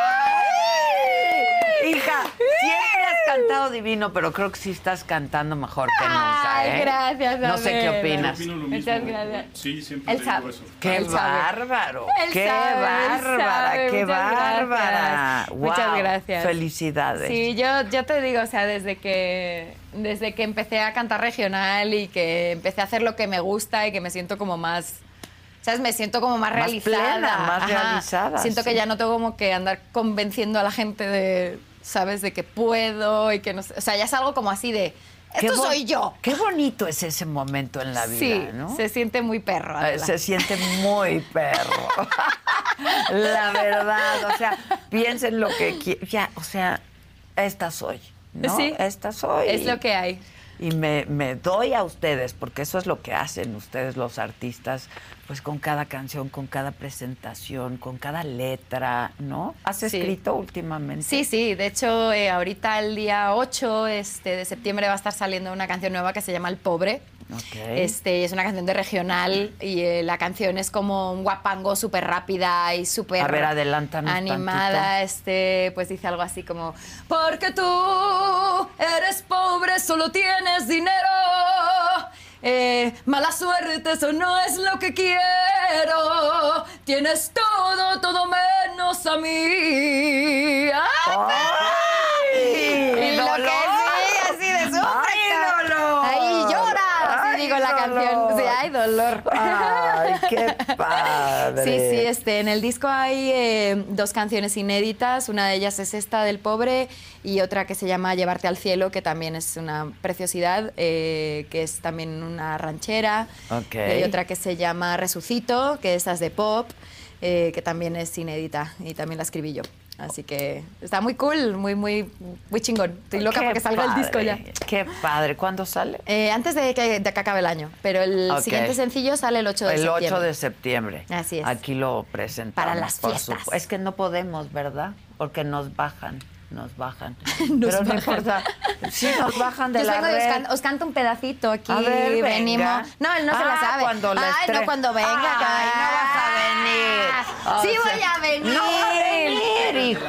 Hija, siempre has cantado divino, pero creo que sí estás cantando mejor que nunca. Ay, ¿eh? gracias, No sé qué Adela. opinas. Opino lo Muchas mismo. gracias. Sí, siempre Él te digo sabe. eso. ¡Qué Él sabe. bárbaro! Él ¡Qué sabe, él bárbara! sabe. ¡Qué Muchas gracias. bárbara! Wow, Muchas gracias. ¡Felicidades! Sí, yo, yo te digo, o sea, desde que, desde que empecé a cantar regional y que empecé a hacer lo que me gusta y que me siento como más, ¿sabes? Me siento como más, Más realizada. plena, más realizada, Siento sí. que ya no tengo como que andar convenciendo a la gente de, ¿sabes? De que puedo y que no sé. O sea, ya es algo como así de, Qué esto bo- soy yo. Qué bonito es ese momento en la vida, sí, ¿no? se siente muy perro. Eh, Adela. Se siente muy perro. la verdad, o sea, piensen lo que quieran. Ya, o sea, esta soy. ¿no? Sí. Esta soy. Es lo que hay. Y me, me doy a ustedes, porque eso es lo que hacen ustedes los artistas, pues con cada canción, con cada presentación, con cada letra, ¿no? ¿Has Sí. escrito últimamente? Sí, sí, de hecho eh, ahorita el día 8 este, de septiembre va a estar saliendo una canción nueva que se llama El Pobre. Ok. Este, y es una canción de regional y eh, la canción es como un guapango súper rápida y súper A ver, adelántanos animada. Este, pues dice algo así como, porque tú eres pobre, solo tienes dinero. Eh, mala suerte, eso no es lo que quiero. Tienes todo, todo menos a mí. ¡Ah! ¡Ay! Y lo que ¡Dolor! sí, así de sufre, ¡Ay, cabrón. dolor! Ahí llora, así ¡Ay, digo la dolor! canción. Sí, hay dolor. ¡Ay, qué padre! Sí, sí, este, en el disco hay eh, dos canciones inéditas, una de ellas es esta del pobre y otra que se llama Llevarte al cielo, que también es una preciosidad, eh, que es también una ranchera. Ok. Y hay otra que se llama Resucito, que esa es de pop, eh, que también es inédita y también la escribí yo. Así que está muy cool, muy, muy, muy chingón. Estoy loca Qué porque salga el disco ya. padre, ¡Qué padre! ¿Cuándo sale? Eh, antes de que, de que acabe el año, pero el Ok. siguiente sencillo sale el 8 de el 8 septiembre. de septiembre. Así es. Aquí lo presentamos. Para las por fiestas. supu- Es que no podemos, ¿verdad? Porque nos bajan, nos bajan. Nos Pero no bajan. importa. Sí, nos bajan de Yo la vengo y os, red. can- os canto un pedacito aquí. A ver, venga. venimos. No, él no se la Ah. Ah, sabe. cuando la Ay, estre- no, cuando venga. Ay, no vas a venir. O sí, sea, voy a venir. No va a venir, hijo.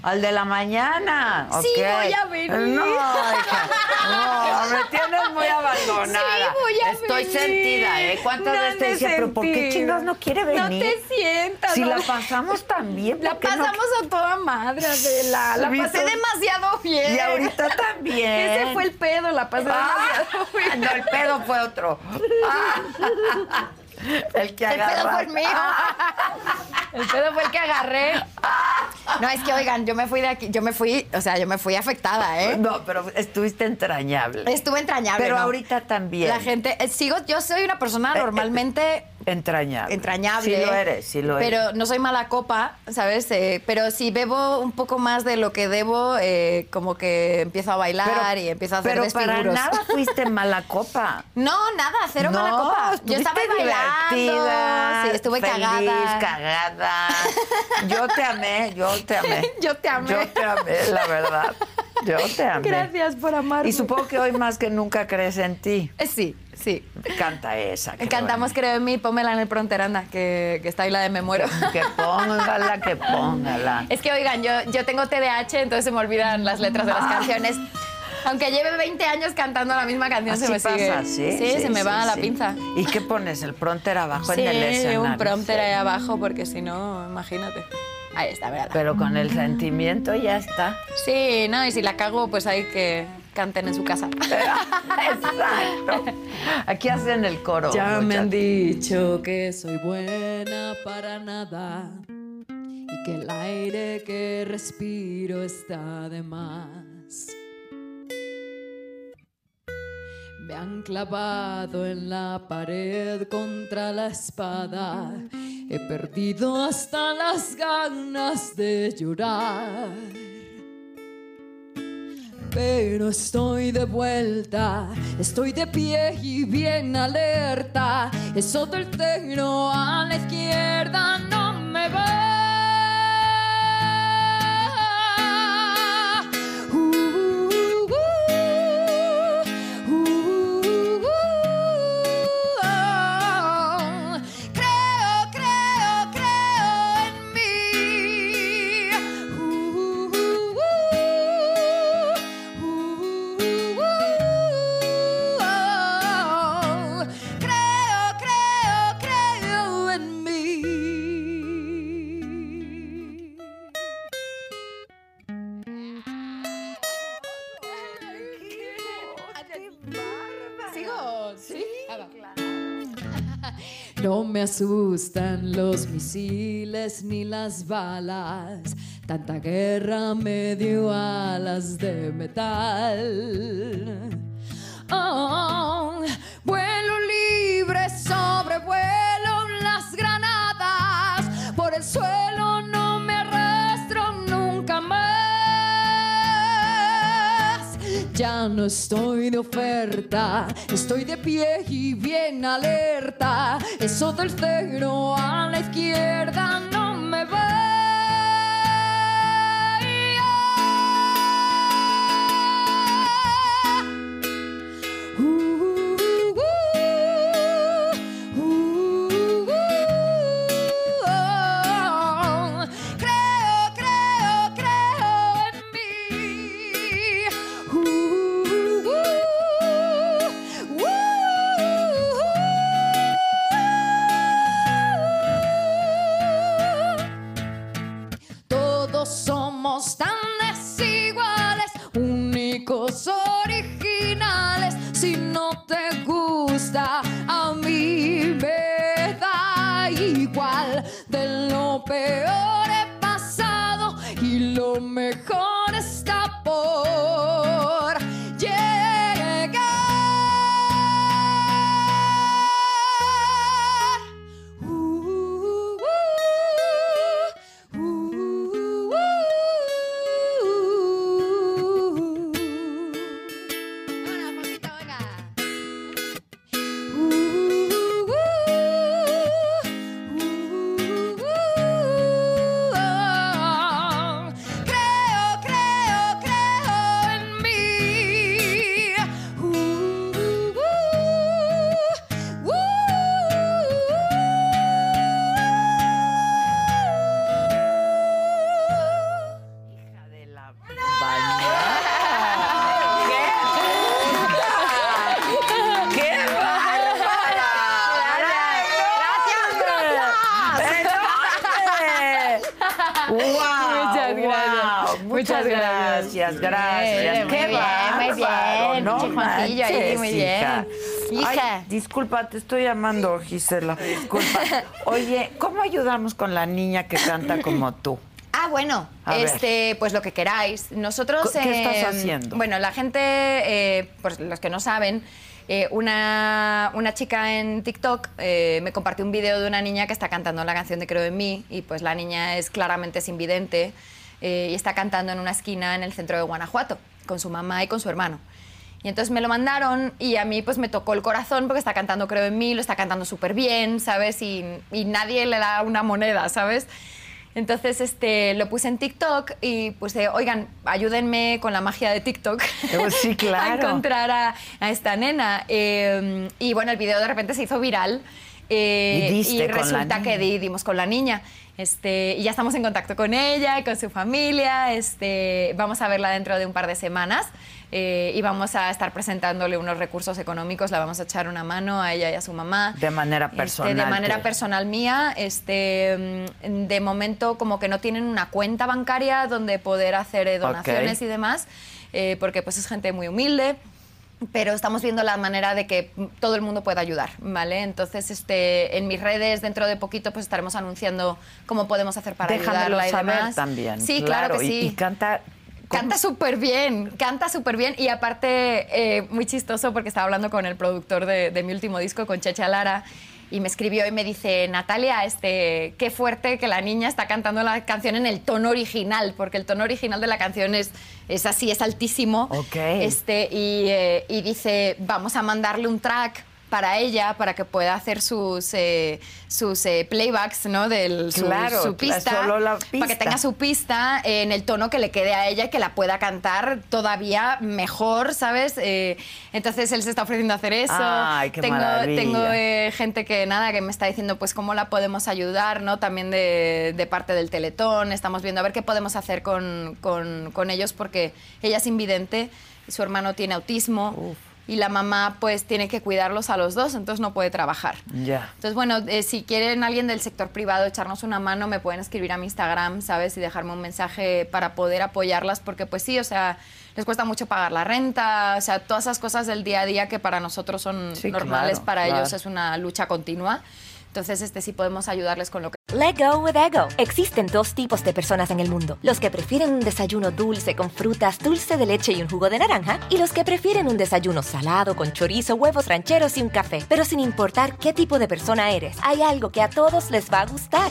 Al de la mañana. Sí, ok. voy a venir. No, hija. No, me tienes muy abandonada. Sí, voy a Estoy venir. sentida, ¿eh? ¿Cuántas No veces te me decía, pero por qué sentí. chingados no quiere venir? No te sientas. Si no. la pasamos tan bien, La ¿por qué no pasamos a toda madre, Adela. La ¿Viste? pasé demasiado bien. Y ahorita también. Ese fue el pedo, la pasé Ah, demasiado bien. no, el pedo fue otro. Ah. el que El pedo agarra. fue el mío. El pedo fue el que agarré. Ah. No, es que oigan, yo me fui de aquí, yo me fui, o sea, yo me fui afectada, ¿eh? No, pero estuviste entrañable. Estuve entrañable. Pero ¿no? ahorita también. La gente, eh, sigo, yo soy una persona eh, normalmente Entrañable. entrañable. Sí lo eres, sí lo eres. Pero no soy mala copa, ¿sabes? Eh, pero si bebo un poco más de lo que debo, eh, como que empiezo a bailar y empiezo a hacer pero para desfiguros. nada fuiste mala copa. No, nada, cero mala No, copa. Yo estuviste estaba divertida, bailando. Sí, estuve feliz, cagada. cagada. Yo te amé, yo te amé. Yo te amé. Yo te amé, la verdad. Yo te amé. Gracias por amarme. Y supongo que hoy más que nunca crees en ti. Eh, Sí, sí. Canta esa. creo Cantamos en- Creo en mí, pómela en el frontera, anda, que, que está ahí la de Me Muero. Que póngala, que póngala. Es que, oigan, yo, yo tengo TDAH, entonces se me olvidan las letras de las Ah. canciones. Aunque lleve 20 años cantando la misma canción, Así se me pasa, sigue. sí, se me va a la sí. pinza. ¿Y qué pones? ¿El pronter abajo Sí, en el escenario? un prompter ahí abajo, porque si no, imagínate. Ahí está, verdad. Pero con el sentimiento ya está. Sí, no, y si la cago, pues hay que, canten en su casa. Exacto. Aquí hacen el coro. Ya me han muchachos. dicho que soy buena para nada y que el aire que respiro está de más. Me han clavado en la pared contra la espada. He perdido hasta las ganas de llorar pero estoy de vuelta, estoy de pie y bien alerta. Eso del tecno a la izquierda no me va. Uh, uh, uh, uh, Creo, creo, creo en mí. Uh, uh, uh, uh, Creo, creo, creo en mí. ¿Sigo? Sí. Ah, No me asustan los misiles ni las balas. Tanta guerra me dio alas de metal. Oh, vuelo libre, sobrevuelo las granadas. Por el suelo no me arrastro nunca más. Ya no estoy de oferta, estoy de pie y bien alerta. Eso del cero a la izquierda no me va. Uh, uh, uh, uh, oh. Creo, creo, creo en mí. Uh, uh, uh, uh, uh. Todos somos tan desiguales, únicos, originales. Si no te gusta, a mí me da igual. De lo peor he pasado y lo mejor está por llegar. Uh, uh, uh, uh, uh, uh. Creo, creo, creo en mí. Uh, Hija de la bañera. ¡Qué bruta! ¡Qué bárbara! ¡Gracias, gracias! Muchas gracias. Muchas, gracias, gracias. Bien, ¡Qué muy bien, muy bárbaro! bien, No chismecillo ahí, manches, muy bien. hija. Hija. Ay, disculpa, te estoy llamando, Gisela. Disculpa. Oye, ¿cómo ayudamos con la niña que canta como tú? Ah, bueno, A ver. este, pues lo que queráis. Nosotros. em, ¿Qué estás haciendo? Bueno, la gente, eh, por los que no saben, eh, una, una chica en TikTok eh, me compartió un video de una niña que está cantando la canción de Creo en mí, y pues la niña es claramente es invidente eh, y está cantando en una esquina en el centro de Guanajuato con su mamá y con su hermano. Y entonces me lo mandaron y a mí pues me tocó el corazón porque está cantando Creo en mí, lo está cantando súper bien, ¿sabes? Y, y nadie le da una moneda, ¿sabes? Entonces este, lo puse en TikTok y puse, oigan, ayúdenme con la magia de TikTok. Eh, sí, claro. Em, a encontrar a, a esta nena. Eh, y bueno, el video de repente se hizo viral. Eh, Y diste con la resulta niña. que di- dimos con la niña. Este, y ya estamos en contacto con ella, y con su familia. Este, vamos a verla dentro de un par de semanas eh, y vamos a estar presentándole unos recursos económicos. La vamos a echar una mano a ella y a su mamá. De manera Este, personal. de manera tú. personal mía, este, mm, de momento como que no tienen una cuenta bancaria donde poder hacer eh, donaciones Ok. y demás, eh, porque pues es gente muy humilde. Pero estamos viendo la manera de que mm, todo el mundo pueda ayudar, ¿vale? Entonces, este, en mis redes, dentro de poquito, pues estaremos anunciando cómo podemos hacer para Déjamelo ayudarla y saber demás. también. Sí, claro, que y- sí. Y, canta. Canta súper bien, canta súper bien y aparte eh, muy chistoso porque estaba hablando con el productor de, de mi último disco, con Checha Lara, y me escribió y me dice, Natalia, este, qué fuerte que la niña está cantando la canción en el tono original, porque el tono original de la canción es, es así, es altísimo. Ok. Este, y, eh, y dice, vamos a mandarle un track para ella, para que pueda hacer sus, eh, sus eh, playbacks, ¿no? Del, su- Claro, su, pista, solo la Para que pista. tenga su pista eh, en el tono que le quede a ella, que la pueda cantar todavía mejor, ¿sabes? Eh, entonces él se está ofreciendo a hacer eso. Ay, qué tengo maravilla. tengo eh, gente que nada, que me está diciendo, pues, cómo la podemos ayudar, ¿no? También de, de parte del Teletón. Estamos viendo a ver qué podemos hacer con, con- con ellos, porque ella es invidente, su hermano tiene autismo. Y la mamá, pues, tiene que cuidarlos a los dos, entonces no puede trabajar. Ya. Entonces, bueno, eh, si quieren alguien del sector privado echarnos una mano, me pueden escribir a mi Instagram, ¿sabes? Y dejarme un mensaje para poder apoyarlas, porque pues sí, o sea, les cuesta mucho pagar la renta, o sea, todas esas cosas del día a día que para nosotros son Sí, normales, claro, para claro. ellos es una lucha continua. Entonces, este sí podemos ayudarles con lo que... Let go with ego. Existen dos tipos de personas en el mundo: los que prefieren un desayuno dulce con frutas, dulce de leche y un jugo de naranja, y los que prefieren un desayuno salado con chorizo, huevos rancheros y un café. Pero sin importar qué tipo de persona eres, hay algo que a todos les va a gustar.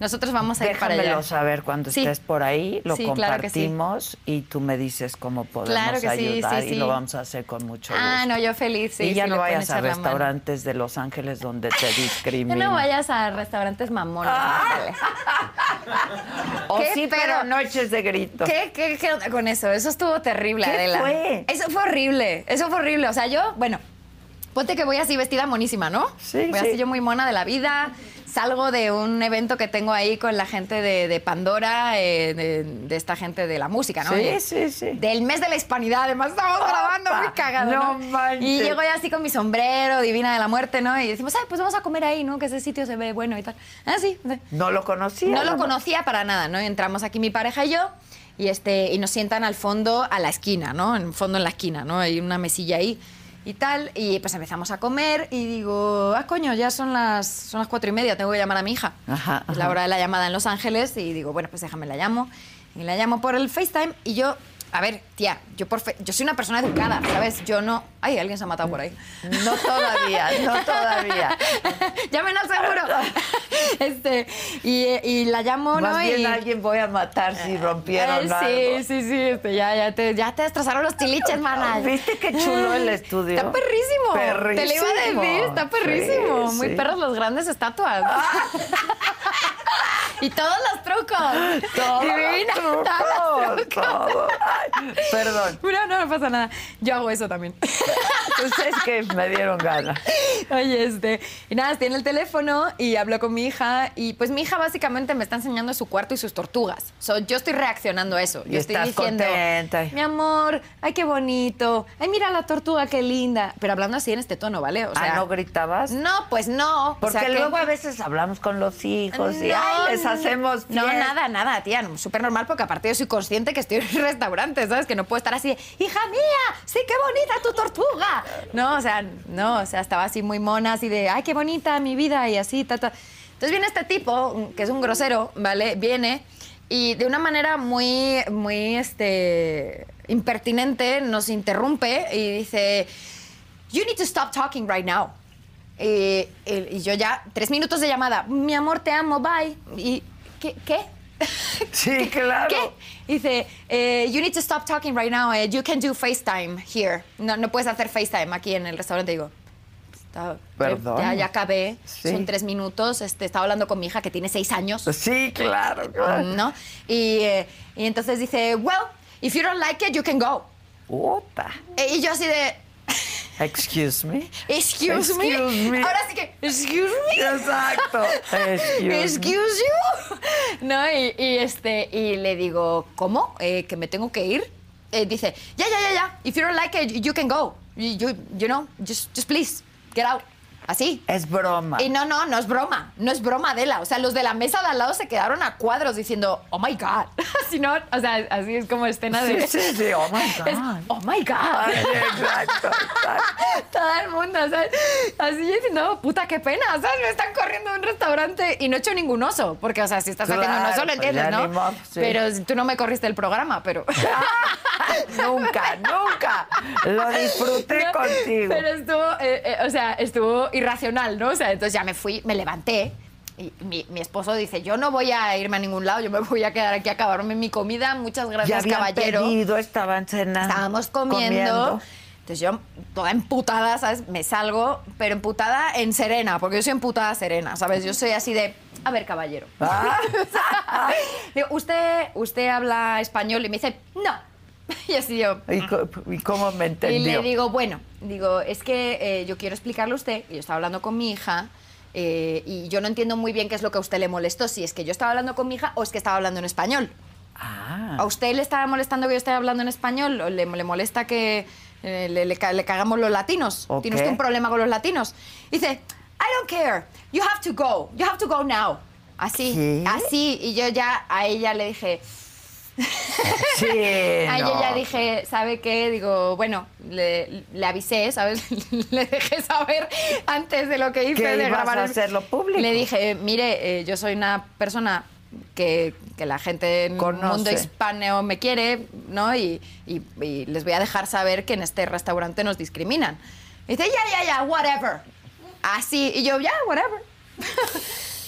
nosotros vamos a ir para allá. Déjamelo saber cuando Sí. estés por ahí, lo Sí, claro que sí. compartimos y tú me dices cómo podemos Claro que sí, ayudar sí, y sí. lo vamos a hacer con mucho gusto. Ah, no, yo feliz, sí. y ya sí, no le pueden vayas a echar la mano. restaurantes de Los Ángeles donde te Ya discriminan. no vayas a restaurantes mamones. Natalia. Ah. O ¿Qué? Oh, sí, pero, Pero- noches de grito. ¿Qué, qué, qué onda con eso? Eso estuvo terrible, ¿Qué Adela. fue? Eso fue horrible. Eso fue horrible. O sea, yo, bueno, ponte que voy así vestida monísima, ¿no? Sí, Voy sí. así yo muy mona de la vida. Salgo de un evento que tengo ahí con la gente de, de Pandora, eh, de, de esta gente de la música, ¿no? Sí, Eh, sí, sí. Del mes de la hispanidad, además estábamos grabando muy cagado. no No, manches. Y llego ya así con mi sombrero, divina de la muerte, ¿no? Y decimos, ay, pues vamos a comer ahí, ¿no? Que ese sitio se ve bueno y tal. Ah, sí. No lo conocía. No lo ¿no? conocía para nada, ¿no? Entramos aquí mi pareja y yo y, este, y nos sientan al fondo, a la esquina, ¿no? En fondo en la esquina, ¿no? Hay una mesilla ahí y tal. Y pues empezamos a comer y digo, ah, coño, ya son las, son las cuatro y media, tengo que llamar a mi hija. Ajá, Es la ajá. hora de la llamada en Los Ángeles y digo, bueno, pues déjame la llamo. Y la llamo por el FaceTime y yo... A ver, tía, yo por fe- yo soy una persona educada, ¿sabes? Yo no... Ay, alguien se ha matado por ahí. No todavía, no todavía. Llamen al seguro. este, y, y la llamo, Más Oh, ¿no? bien y... alguien voy a matar si rompieron Eh, sí, algo. sí, sí, este, ya, ya, te, ya te destrozaron los tiliches, mana. Mm, ¿Viste qué chulo el estudio? Está perrísimo. Te lo Perrísimo. iba a decir, está perrísimo. Sí, Muy sí. perros los grandes estatuas. y todos los trucos. Todos los Divina, todos los trucos, todo. Ay, perdón. No, no, no pasa nada. Yo hago eso también. Pues es que me dieron ganas. Oye, este. Y nada, tiene el teléfono y habló con mi hija. Y pues mi hija básicamente me está enseñando su cuarto y sus tortugas. So, yo estoy reaccionando a eso. Y yo estoy estás diciendo. contenta. Mi amor, ay, qué bonito. Ay, mira la tortuga, qué linda. Pero hablando así en este tono, ¿vale? O Ah, sea, ¿no gritabas? No, pues no. O Porque sea, que- luego a veces hablamos con los hijos y ay, les hacemos No, fiesta. nada, nada, tía. no, Súper normal porque aparte yo soy consciente que estoy en un restaurante, ¿sabes? Que no puedo estar así, de, hija mía, sí, qué bonita tu tortuga. No, o sea, no, o sea, estaba así muy mona, así de, ay, qué bonita mi vida y así, ta, ta. Entonces viene este tipo, mm, que es un grosero, ¿vale? Viene y de una manera muy, muy, este, impertinente nos interrumpe y dice, you need to stop talking right now. Eh, el- y yo ya, tres minutos de llamada, mi amor, te amo, bye. ¿Y qué? ¿Qué? Sí, claro. ¿Qué? Y Dice, eh, you need to stop talking right now. eh, you can do FaceTime here. No, no puedes hacer FaceTime aquí en el restaurante. Digo, está- Perdón. Ya, ya acabé. Sí. Pues, Son tres minutos. Este, estaba hablando con mi hija que tiene seis años. Sí, claro, claro. Oh, ¿No? Y, eh, y entonces dice, well, if you don't like it, you can go. Puta. Eh, y yo así de, Excuse me. excuse, Excuse me. Ahora sí que, excuse me. Exacto. Excuse, Excuse me. you. No, y, y este, y le digo, ¿cómo? Eh, ¿Que me tengo que ir? Eh, dice, ya, ya, ya, ya. If you don't like it, you can go. You, you, you know, just, just please, get out. Así. Es broma. Y no, no, no es broma. No es broma, Adela. O sea, los de la mesa de al lado se quedaron a cuadros diciendo, oh my God. Si no, o sea, así es como escena de. Sí, sí, sí. Oh my God. Es, oh my God. Ay, exacto, exacto. Todo el mundo, ¿sabes? Así yo diciendo, "Oh, puta, qué pena, ¿sabes? Me están corriendo de un restaurante y no he hecho ningún oso. Porque, o sea, si estás haciendo un Claro, oso, lo pues entiendes, ya ¿no? ni modo, sí. Pero tú no me corriste el programa, pero. Nunca, nunca. Lo disfruté No, contigo. Pero estuvo, eh, eh, o sea, estuvo irracional, ¿no? O sea, entonces ya me fui, me levanté. Y mi, mi esposo dice, yo no voy a irme a ningún lado, yo me voy a quedar aquí a acabarme mi comida. Muchas ya gracias, habían caballero. pedido, estaban cenando. Pues Estábamos comiendo. Entonces yo, toda emputada, ¿sabes? Me salgo, pero emputada en serena, porque yo soy emputada serena, ¿sabes? Yo soy así de, a ver, caballero. Digo, ¿usted, usted habla español y me dice, no. Y así yo, ¿Y, co- y cómo me entendió? y le digo, bueno, digo, es que eh, yo quiero explicarle a usted, y yo estaba hablando con mi hija, eh, y yo no entiendo muy bien qué es lo que a usted le molestó, si es que yo estaba hablando con mi hija o es que estaba hablando en español. ¿A ah, usted le estaba molestando que yo esté hablando en español? ¿O le, le molesta que eh, le, le ca- le cagamos los latinos? Ok. ¿Tiene usted un problema con los latinos? Dice, I don't care. You have to go. You have to go now. Así, ¿Qué? así. Y yo ya a ella le dije, sí. a ella no. ya dije, ¿sabe qué? Digo, bueno, le, le avisé, ¿sabes? le dejé saber antes de lo que hice Que de ibas grabar. a el- hacerlo público. Le dije, mire, eh, yo soy una persona que, que la gente en el Conoce. mundo hispano me quiere, ¿no? Y, y- y les voy a dejar saber que en este restaurante nos discriminan. Y dice, ya, ya, ya, whatever. Así, y yo, ya, whatever.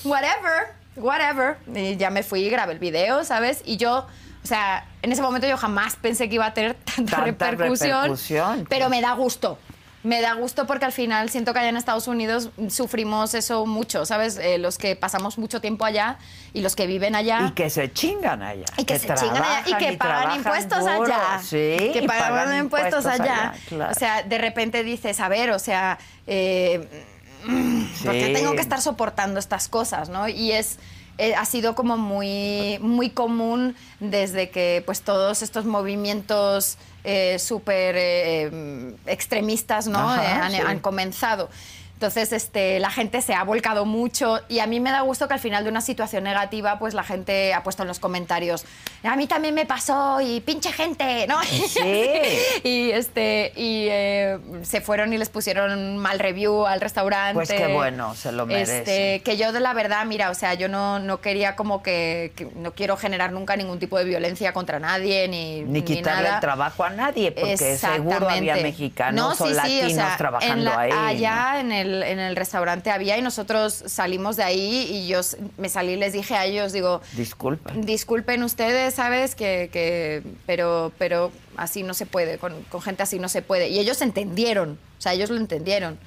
whatever, whatever. Y ya me fui y grabé el video, ¿sabes? Y yo, o sea, en ese momento yo jamás pensé que iba a tener tanta, Tanta repercusión, repercusión. Pero me da gusto. Me da gusto porque al final siento que allá en Estados Unidos sufrimos eso mucho, ¿sabes? Eh, los que pasamos mucho tiempo allá y los que viven allá. Y que se chingan allá. "Ah". Y que, se chingan allá y trabajan que pagan trabajan impuestos duro. allá. Sí. Que y pagan, impuestos, allá. claro. O sea, de repente dices, a ver, o sea, eh, ¿por qué Sí. tengo que estar soportando estas cosas, no? Y es eh, ha sido como muy muy común desde que pues todos estos movimientos eh, súper eh, em, extremistas no Ajá, Eh, han, sí. han comenzado entonces este la gente se ha volcado mucho y a mí me da gusto que al final de una situación negativa pues la gente ha puesto en los comentarios a mí también me pasó y pinche gente no Sí. y este y eh, se fueron y les pusieron mal review al restaurante. Pues qué bueno, se lo merecen. Este, que yo de la verdad, mira, o sea, yo no, no quería como que, que no quiero generar nunca ningún tipo de violencia contra nadie ni ni quitarle nada. el trabajo a nadie, porque seguro había Exactamente. mexicanos No, o sí, sí, latinos sea, trabajando en la- ahí. ¿no? Allá en, el, en el restaurante había y nosotros salimos de ahí y yo s- me salí y les dije a ellos, digo, Disculpa. disculpen ustedes, ¿sabes? Que, que- pero, pero así no se puede, con, con gente así no se puede. Y ellos entendieron, o sea, ellos lo entendieron.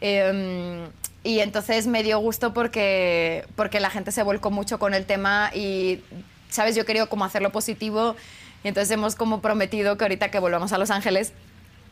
Eh, y entonces me dio gusto porque, porque la gente se volcó mucho con el tema y, ¿sabes? Yo quería como hacerlo positivo y entonces hemos como prometido que ahorita que volvamos a Los Ángeles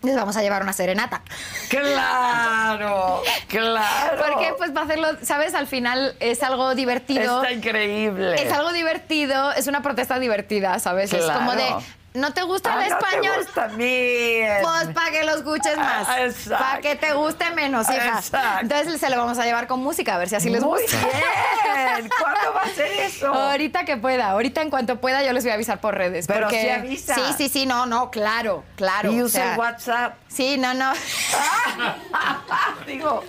les vamos a llevar una serenata. Claro, claro. Porque pues para hacerlo, sabes, al final es algo divertido. Oh. Está increíble. Es algo divertido, es una protesta divertida, ¿sabes? Es como de, Claro. no te gusta Ah, el no te español. gusta a mí. Pues para que lo escuches más. Ah, exacto. Para que te guste menos, hija. Exacto. Entonces se lo vamos a llevar con música, a ver si así les Muy gusta. bien. ¿Cuándo va a ser eso? Ahorita que pueda, ahorita en cuanto pueda, yo les voy a avisar por redes. Pero porque... sí avisa. Sí, sí, sí, no, no, claro, claro. Y o usa sea, el WhatsApp. Sí, no, no. Digo,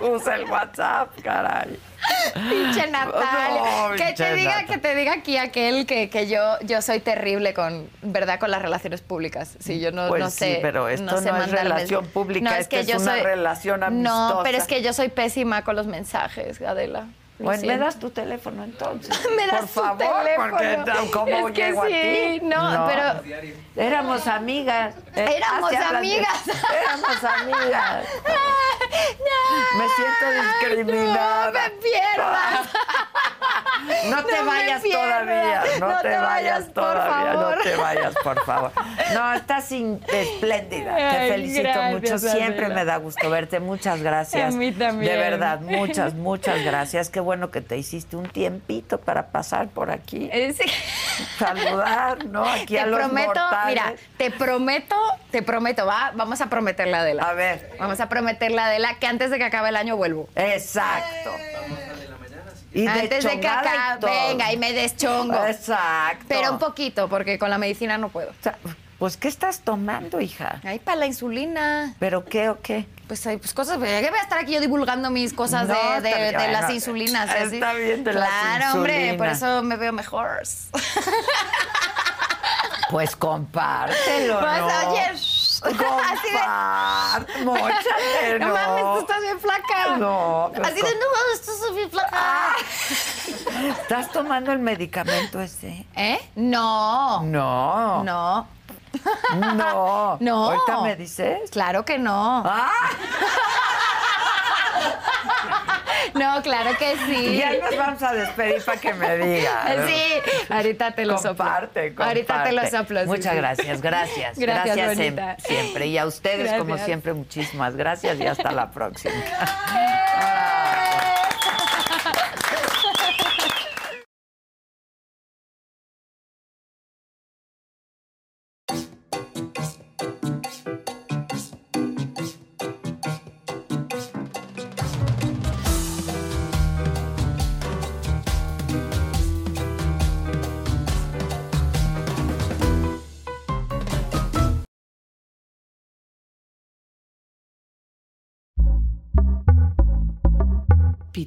usa el WhatsApp, caray. Pinche Natalia. No, que pinche te diga, Nata. que te diga aquí aquel que, que yo, yo soy terrible con, ¿verdad? Con las relaciones públicas. Sí, yo no, Pues no sí, sé. pero esto no, sé no es mandar relación mensajes. pública, No, es esta que es yo una soy- relación No, amistosa. pero es que yo soy pésima con los mensajes, Adela. Lo Bueno, ¿me siento. das tu teléfono entonces? Me das Por tu favor, teléfono. porque ¿cómo Es que llego a sí, ti? no, pero- Éramos amigas. Eh, Éramos así hablan de- amigas. Éramos amigas. No, Me siento discriminada. No me pierdas. No te No me vayas pierdas. todavía, no, te, vayas, por todavía, favor. no te vayas, por favor. No, estás in- espléndida, te Ay, felicito gracias, mucho, siempre Adela. me da gusto verte, muchas gracias. A mí también. De verdad, muchas, muchas gracias, qué bueno que te hiciste un tiempito para pasar por aquí, Eh, sí. saludar, ¿no? Aquí a Te los prometo, mortales. mira, te prometo, te prometo, va, vamos a prometerle a Adela. A ver. Vamos a prometerle a Adela que antes de que acabe el año vuelvo. Exacto. Y de antes de que chongada y acabe, todo. venga y me deschongo. Exacto. Pero un poquito, porque con la medicina no puedo. O sea, Pues, ¿qué estás tomando, hija? Ahí para la insulina. ¿Pero qué o qué? Pues hay pues, cosas. ¿Qué voy a estar aquí yo divulgando mis cosas No, de, de- está bien, de las bueno, insulinas? y así? está bien, de las Claro, hombre, por insulinas. eso me veo mejor. Pues compártelo, Pues, ¿no? oye, Compart- no Móchatelo. mames, tú estás bien flaca. No, pues, Ah. pero Así co- de, no, estás bien flaca. ¿Estás tomando el medicamento ese? ¿Eh? No. No. No. No. No. ¿Ahorita me dices? Claro que no. ¡Ah! No, claro que sí. Ya nos vamos a despedir para que me digas. Sí, ahorita te lo soplo. Comparte, comparte. Ahorita te lo soplo. sí, Muchas sí. gracias, gracias. Gracias, em- bonita. siempre. Y a ustedes, como Gracias. siempre, muchísimas gracias y hasta la próxima.